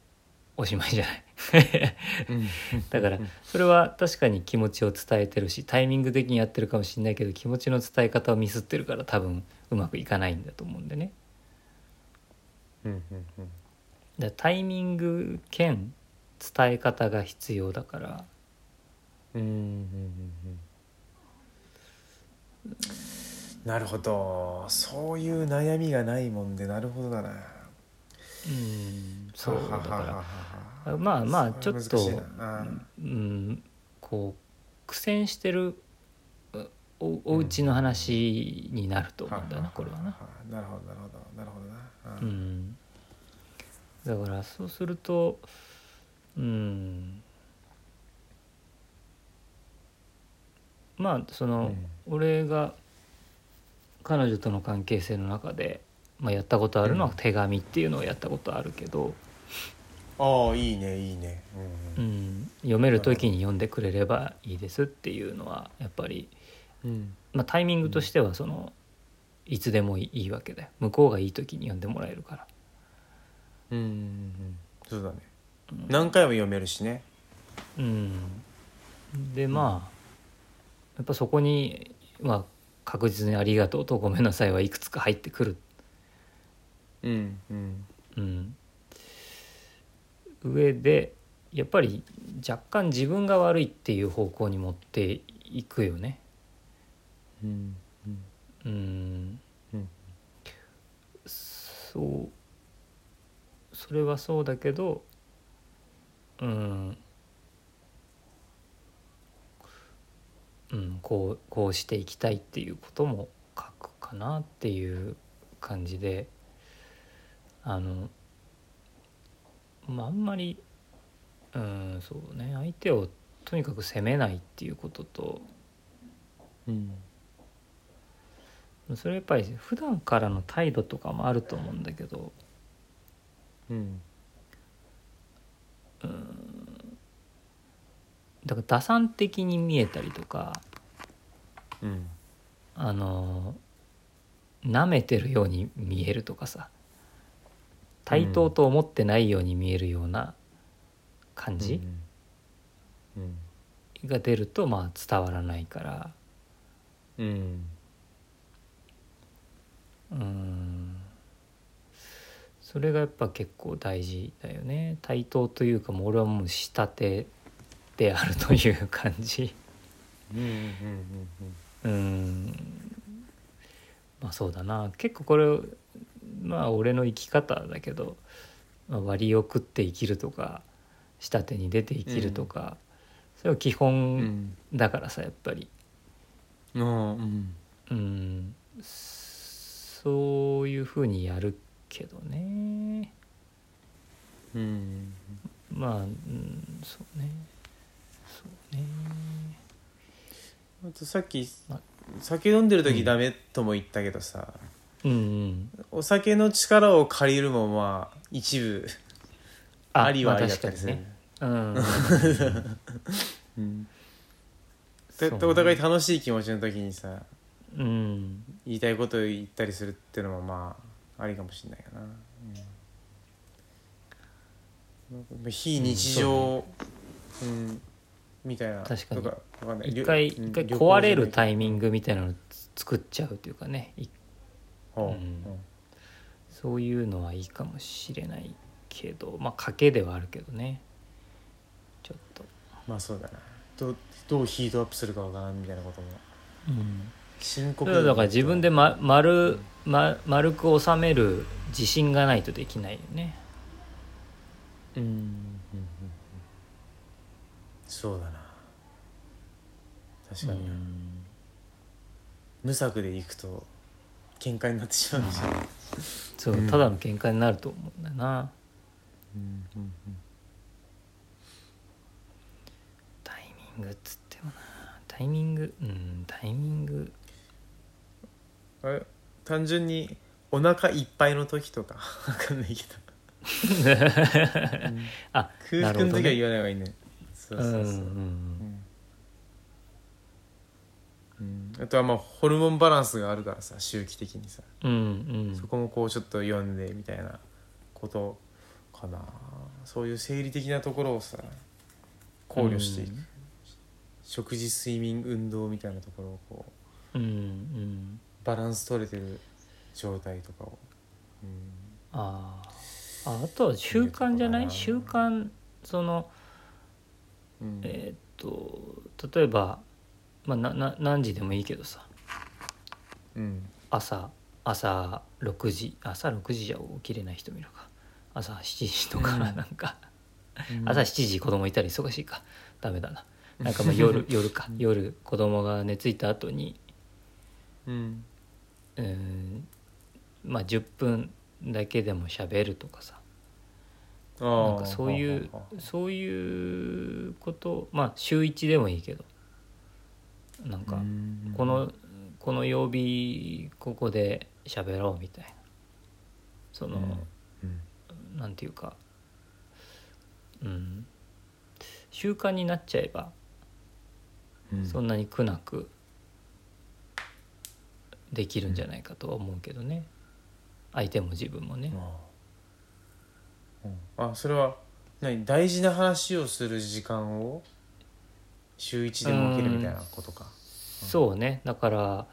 S2: おしまいじゃない
S1: うん
S2: だからそれは確かに気持ちを伝えてるしタイミング的にやってるかもしれないけど気持ちの伝え方をミスってるから多分うまくいかないんだと思うんでね
S1: うんうんうん
S2: でタイミング兼伝え方が必要だから
S1: うんうんうんなるほどそういう悩みがないもんでなるほどだな
S2: うんそう
S1: ははは
S2: だ
S1: は
S2: か
S1: は
S2: らまあまあち
S1: そ
S2: ょ
S1: れは
S2: っと
S1: 難しいなうん
S2: うんこう苦戦してるうおお家の話になると思うんだよなこれはな。
S1: いいなるほどなるほどなるほどなう
S2: うんん、だからそうするとうんまあその、俺が彼女との関係性の中で、まあ、やったことあるのは
S1: うん
S2: 手紙っていうのをやったことあるけど、
S1: ああいいねいいね
S2: う
S1: うん
S2: ん、読める時に読んでくれればいいですっていうのはやっぱり、
S1: うん
S2: まあ、タイミングとしてはそのいつでもいいわけだよ向こうがいい時に読んでもらえるから。
S1: うんうんうんそうだね
S2: うん
S1: 何回も読めるしね
S2: うん、でまあやっぱそこに、まあ、確実に「ありがとう」と「ごめんなさい」はいくつか入ってくる、
S1: うんうん
S2: うん、上でやっぱり若干自分が悪いっていう方向に持っていくよね。
S1: うんうん
S2: うん
S1: うん
S2: そうそれはそうだけどうん、うん、こうこうしていきたいっていうことも書くかなっていう感じであのまああんまりうんそうね相手をとにかく責めないっていうことと
S1: うん
S2: それやっぱり普段からの態度とかもあると思うんだけど
S1: うん
S2: だから打算的に見えたりとか
S1: うん
S2: あの舐めてるように見えるとかさ対等と思ってないように見えるような感じ
S1: うん
S2: が出るとまあ伝わらないから
S1: うん
S2: うんそれがやっぱ結構大事だよね対等というかもう俺はもう仕立てであるという感じ。
S1: うんうんうんうん
S2: うーんまあそうだな結構これまあ俺の生き方だけど、まあ割を食って生きるとか仕立てに出て生きるとか、それは基
S1: う
S2: 本
S1: ん
S2: だからさやっぱり
S1: うんうん
S2: うんそういうふうにやるけどね
S1: うん
S2: まあ、うん、そうねそうね
S1: あとさっき
S2: ま
S1: 酒飲んでる
S2: う
S1: 時
S2: ん
S1: ダメとも言ったけどさ、
S2: うんうん
S1: お酒の力を借りるもまあ一部ありはありだったりする、
S2: まあ確かにねうん
S1: うん、
S2: そ
S1: で
S2: うね
S1: お互い楽しい気持ちの時にさ
S2: うん
S1: 言いたいことを言ったりするってのもまあありかもしれないかな、うんなんか非日常、うんみたいな
S2: 確かに
S1: とかわかんない
S2: 一回
S1: りょ
S2: 一回
S1: うん
S2: 壊れ
S1: 旅行じゃな
S2: る
S1: い
S2: タイミングみたいなのを作っちゃうというかねい
S1: ほう
S2: うんそういうのはいいかもしれないけどまあ賭けではあるけどねちょっと、
S1: まあそうだなどうどうヒートアップするかわからんみたいなことも
S2: うん、
S1: 深
S2: そ
S1: 刻
S2: れはだから自分で、ま、丸、ま、丸く収める自信がないとできないよね
S1: うんうんうんうん、そうだな確かにな、
S2: うん
S1: 無策で行くと喧嘩になってしまうんですよ、
S2: そう
S1: うん
S2: ただの喧嘩になると思うんだよな
S1: うんうん
S2: タイミングっつってもなタイミングうんタイミング
S1: うん、あれ単純にお腹いっぱいの時とか わかんないけど、うん
S2: あ
S1: 空腹
S2: なるほ
S1: の
S2: ど
S1: 時は
S2: ね
S1: 言わない方がいいねそう
S2: う
S1: そ
S2: ん
S1: う
S2: う
S1: そう、
S2: ん
S1: うんあとはまあホルモンバランスがあるからさ周期的にさ、
S2: うんうん
S1: そこもこうちょっと読んでみたいなことかなそういう生理的なところをさ考慮していく、
S2: うん
S1: 食事睡眠運動みたいなところをこう
S2: うんうん
S1: バランス取れてる状態とかを、うん、
S2: あーああとは習慣じゃな
S1: う
S2: い
S1: ん
S2: 習慣その
S1: うん
S2: えーっと例えば、まあ、なな何時でもいいけどさ
S1: うん
S2: 朝朝6時朝6時じゃ起きれない人もいるか朝7時とか
S1: うん
S2: なんか、
S1: うん
S2: 朝7時子供いたら忙しいかダメだななんかまあ夜夜 か夜子供が寝ついた後に
S1: うん
S2: うーんまあ10分だけでも喋るとかさ
S1: あー
S2: なんかそういう
S1: ははは
S2: そういうことまあ週1でもいいけどなんか
S1: うん
S2: このこの曜日ここで喋ろうみたいなその、
S1: うん
S2: なんていうかうん習慣になっちゃえば
S1: うん
S2: そんなに苦なくできるんじゃないかとは思うけどね相手も自分もね
S1: あーうんあそれは何大事な話をする時間を週一で設けるみたいなことか
S2: そうねだから、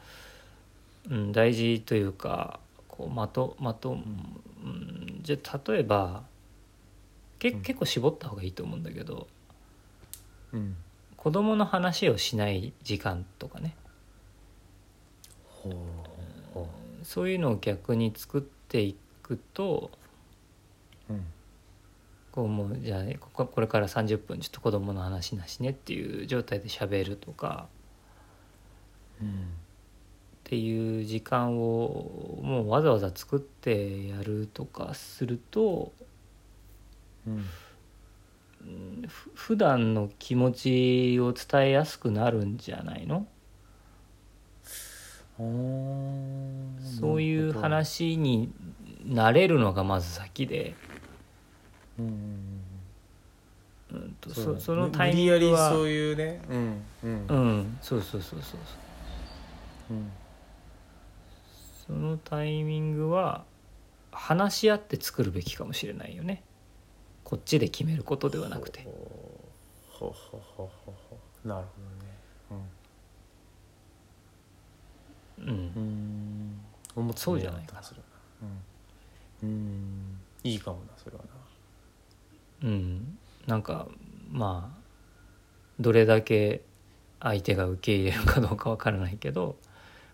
S2: うん、大事というかこうまとまと、うん、じゃあ例えばけ
S1: うん
S2: 結構絞った方がいいと思うんだけど
S1: うん
S2: 子供の話をしない時間とかね
S1: ほうほ
S2: そういうのを逆に作っていくと
S1: ううん
S2: こうもうじゃあこここれから30分ちょっと子供の話なしねっていう状態で喋るとか
S1: うん
S2: っていう時間をもうわざわざ作ってやるとかすると
S1: うん
S2: ふ普段の気持ちを伝えやすくなるんじゃないの
S1: ほー
S2: そういう
S1: なる
S2: 話になれるのがまず先で、
S1: ほどうんうんうん
S2: うん、と
S1: う
S2: そ
S1: だ
S2: その
S1: む
S2: タイミングは
S1: 無理やりそういうねうんうん
S2: うんそうそうそうそう
S1: うん
S2: そのタイミングは話し合って作るべきかもしれないよねこっちで決めることではなくて
S1: ほうほうほうほうほうなるほどね
S2: う
S1: うんんうーん
S2: そうじゃないかな
S1: それはうんうんいいかもなそれはな
S2: うんなんかまあどれだけ相手が受け入れるかどうかわからないけど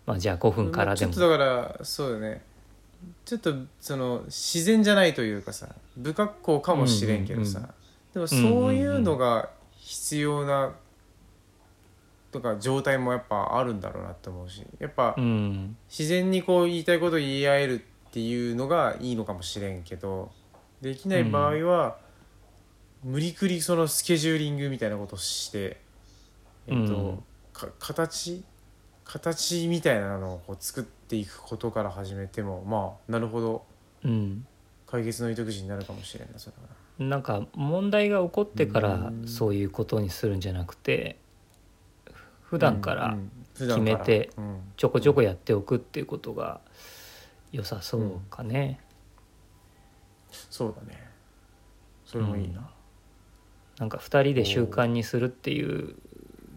S2: まあじゃあ5分からでも
S1: ちょっとだからそうだねちょっとその自然じゃないというかさ不格好かもしれんけどさ、
S2: うんうん
S1: でもそういうのが必要なとか状態もやっぱあるんだろうなって思うしやっぱ
S2: うん
S1: 自然にこう言いたいことを言い合えるっていうのがいいのかもしれんけどできない場合は、無理くりそのスケジューリングみたいなことをして、えっと
S2: うん
S1: か形形みたいなのをこう作っていくことから始めてもまあなるほど
S2: うん
S1: 解決の糸口になるかもしれんなそれはな。
S2: なんか問題が起こってから
S1: うん
S2: そういうことにするんじゃなくて普段か
S1: う
S2: ら
S1: んうん普段から
S2: 決めて
S1: うん
S2: ちょこちょこやっておくっていうことが良さそうかね、
S1: そうだねそれもいいな。
S2: うんなんか2人で習慣にするっていう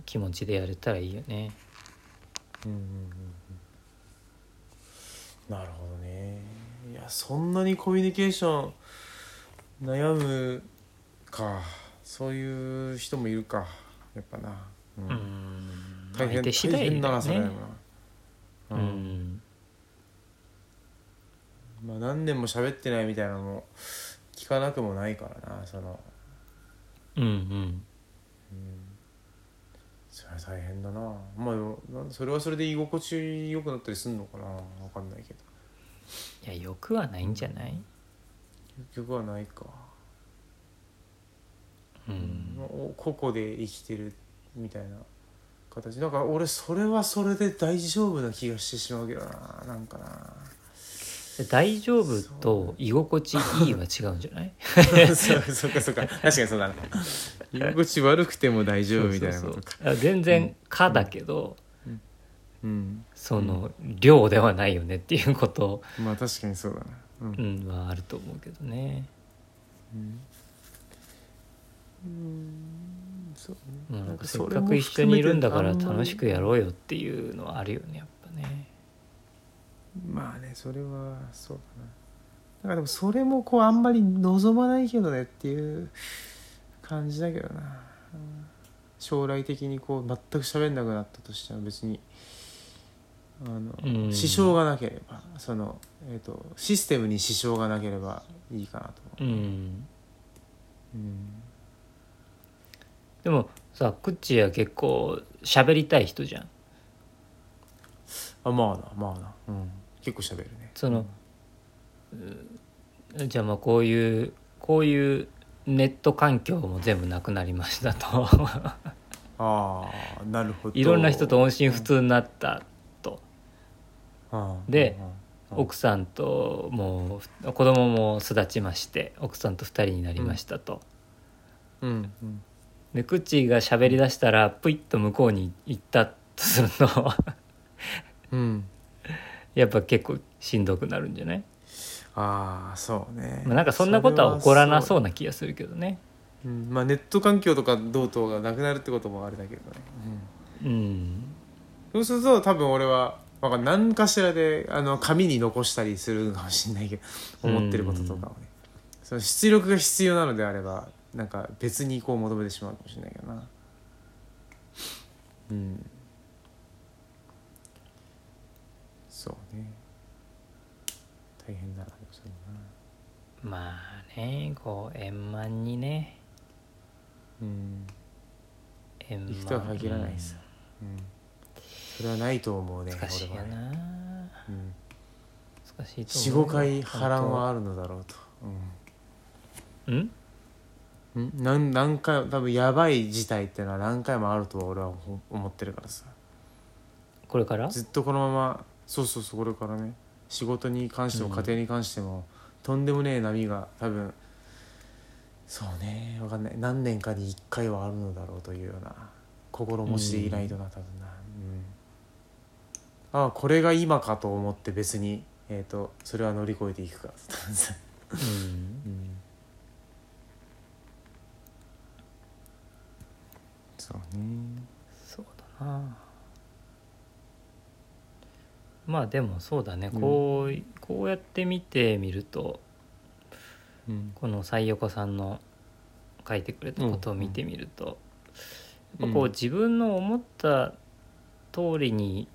S2: 気持ちでやれたらいいよね
S1: うんうんうんうんなるほどねいやそんなにコミュニケーション悩むかそういう人もいるかやっぱな、う
S2: うんん
S1: 大変
S2: 相手次第
S1: 大変だ
S2: だよ
S1: なそれは
S2: ね
S1: な、
S2: う
S1: うん
S2: ん
S1: まあ、何年も喋ってないみたいなのも聞かなくもないからなその、
S2: うんうん
S1: うん、それは大変だなまあよなんそれはそれで居心地よくなったりすんのかな分かんないけど
S2: いやよくはないんじゃない
S1: 結局はないか。
S2: うん
S1: お個々で生きてるみたいな形なんか俺それはそれで大丈夫な気がしてしまうけどななん かな
S2: で大丈夫と居心地いいは違うんじゃない
S1: そうそうかそうか確かにそうだな居心地悪くても大丈夫みたいなこと
S2: そう
S1: か
S2: そうそう全然「か」だけど、
S1: うん
S2: その量ではないよねっていうこと、
S1: まあ確かにそうだなうん、
S2: うん、はあると思うけどね。
S1: うんうんそう
S2: まあ
S1: な
S2: なんん
S1: か
S2: か
S1: そ
S2: せ
S1: れ
S2: っ
S1: も
S2: かく一緒にいるんだから
S1: 含めてあんまり
S2: 楽しくやろうよっていうのはあるよねやっぱね。
S1: まあねそれはそうだなだからでもそれもこうあんまり望まないけどねっていう感じだけどなうん将来的にこう全く喋んなくなったとしても別にあの、
S2: うん
S1: 支障がなければその、えー、とシステムに支障がなければいいかなと
S2: うん
S1: 思う、うん、
S2: でもさクッチーは結構喋りたい人じゃん
S1: あまあなまあな、うん、結構喋るね
S2: そのじゃあまあこういうこういうネット環境も全部なくなりましたと
S1: ああなるほど
S2: いろんな人と音信不通になったと
S1: うん
S2: で
S1: うん
S2: 奥さんともう子供も巣立ちまして奥さんと2人になりましたと、
S1: うんうん
S2: でクッチーが喋りだしたらプイッと向こうに行ったとするの
S1: うん
S2: やっぱ結構しんどくなるんじゃない、
S1: ああそうね、
S2: まあ、なんかそんなことは起こらなそうな気がするけどね
S1: それはそう、うんまあ、ネット環境とかどうとうがなくなるってこともあれだけどね、
S2: うん
S1: そうすると多分俺はなんか何かしらであの紙に残したりするのかもしれないけど思ってることとかをね、その出力が必要なのであればなんか別にこう求めてしまうかもしれないけどなうんそうね大変だなでもそれもな
S2: まあねこう円満にね
S1: うん
S2: 円満
S1: 行くとは限らないです、うん、それはないと思う
S2: う
S1: ね
S2: ん難しい
S1: 俺は
S2: よ
S1: ね、
S2: な
S1: うん、
S2: 難しいと思う
S1: 45回波乱はあるのだろうと、
S2: う
S1: う
S2: ん
S1: ん、ん何何回多分やばい事態っていうのは何回もあると俺はほ思ってるからさ
S2: これから
S1: ずっとこのままそうそうそうこれからね仕事に関しても
S2: うん
S1: 家庭に関しても、とんでもねえ波が多分そうねわかんない何年かに1回はあるのだろうというような心持ちでいないとな、多分な、うん、ああこれが今かと思って別に、えー、とそれは乗り越えていくか、
S2: う
S1: う
S2: ん
S1: ん、そうね
S2: そうだなまあでもそうだね
S1: うん
S2: こう,、こうやって見てみると
S1: うん
S2: この西横さんの書いてくれたことを見てみると、やっぱこう
S1: うん
S2: 自分の思った通りに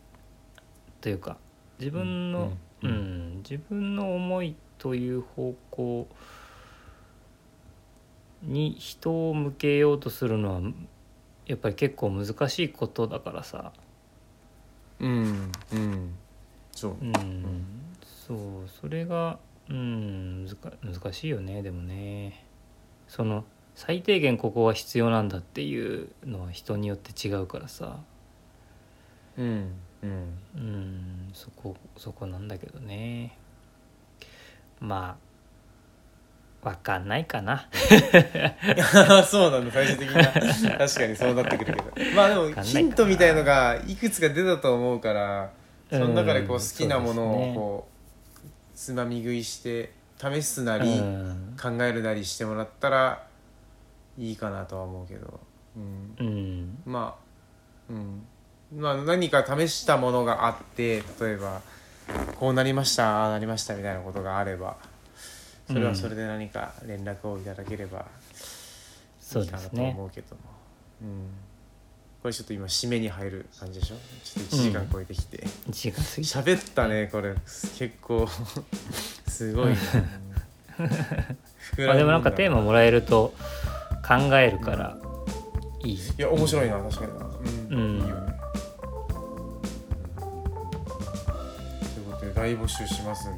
S2: というか自分の、
S1: うんうん
S2: うん自分の思いという方向に人を向けようとするのはやっぱり結構難しいことだからさ、
S1: うんうんそう
S2: うん、そうそれがうん難か難しいよねでもねその最低限ここは必要なんだっていうのは人によって違うからさ
S1: うんうん
S2: うんそこそこなんだけどねまあわかんないかな
S1: そうなんだ最終的に は確かにそうなってくるけどまあで
S2: かんないか
S1: も
S2: な
S1: ヒントみたいのがいくつか出たと思うからその中でこう
S2: うん
S1: 好きなも
S2: そう
S1: の
S2: で
S1: を
S2: すね
S1: こうつまみ食いして試すな
S2: う
S1: り
S2: ん、
S1: 考えるなりしてもらったらいいかなとは思うけど、うん、
S2: うん、
S1: まあうんまあ何か試したものがあって例えばこうなりましたああなりましたみたいなことがあればそれはそれで何か連絡をいただければ、
S2: そうです
S1: いいかな
S2: ね
S1: と思うけども、うん、これちょっと今締めに入る感じでしょちょっと1時間超えてきて
S2: 1時間過ぎた
S1: 喋、ったねこれ結構 す ごいな膨
S2: ま
S1: らんだ
S2: あ、でもなんかテーマもらえると考えるからいい
S1: いや面白いな確かになうん、
S2: うん
S1: いいよねということで大募集しますん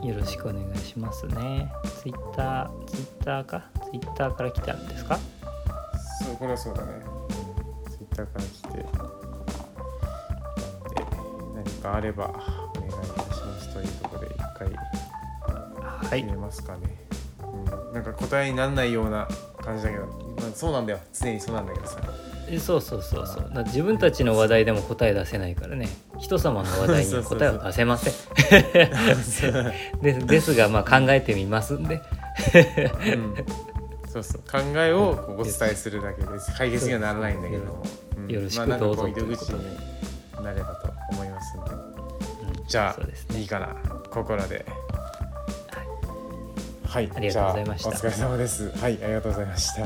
S1: で
S2: よろしくお願いしますね。ツイッター、ツイッターか、ツイッターから来たんですか。
S1: そうこれはそうだねツイッターから来てなんで何かあればお願いいたしますというところで一回
S2: は
S1: 決
S2: い
S1: め、ますかね、うん、なんか答えにならないような感じだけど、まあ、そうなんだよ常にそうなんだけど さ
S2: えそうそうそうそう、だから自分たちの話題でも答え出せないからね。人様の話題に答えは出せません。 です、ですが、まあ、考えてみますんで。
S1: うんそうそう考えをこうお伝えするだけです解決にはならないんだけども、うん
S2: よろし
S1: まあ
S2: く
S1: なんか
S2: どう
S1: こ
S2: ぞ
S1: う
S2: と
S1: 糸
S2: いうこ
S1: 口
S2: とで
S1: になればと思いますんでじゃ
S2: そうです
S1: あ、いいかなここらではい、
S2: ありがとうございました
S1: じゃあお疲れ様ですはいありがとうございました
S2: お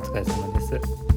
S2: 疲れ様です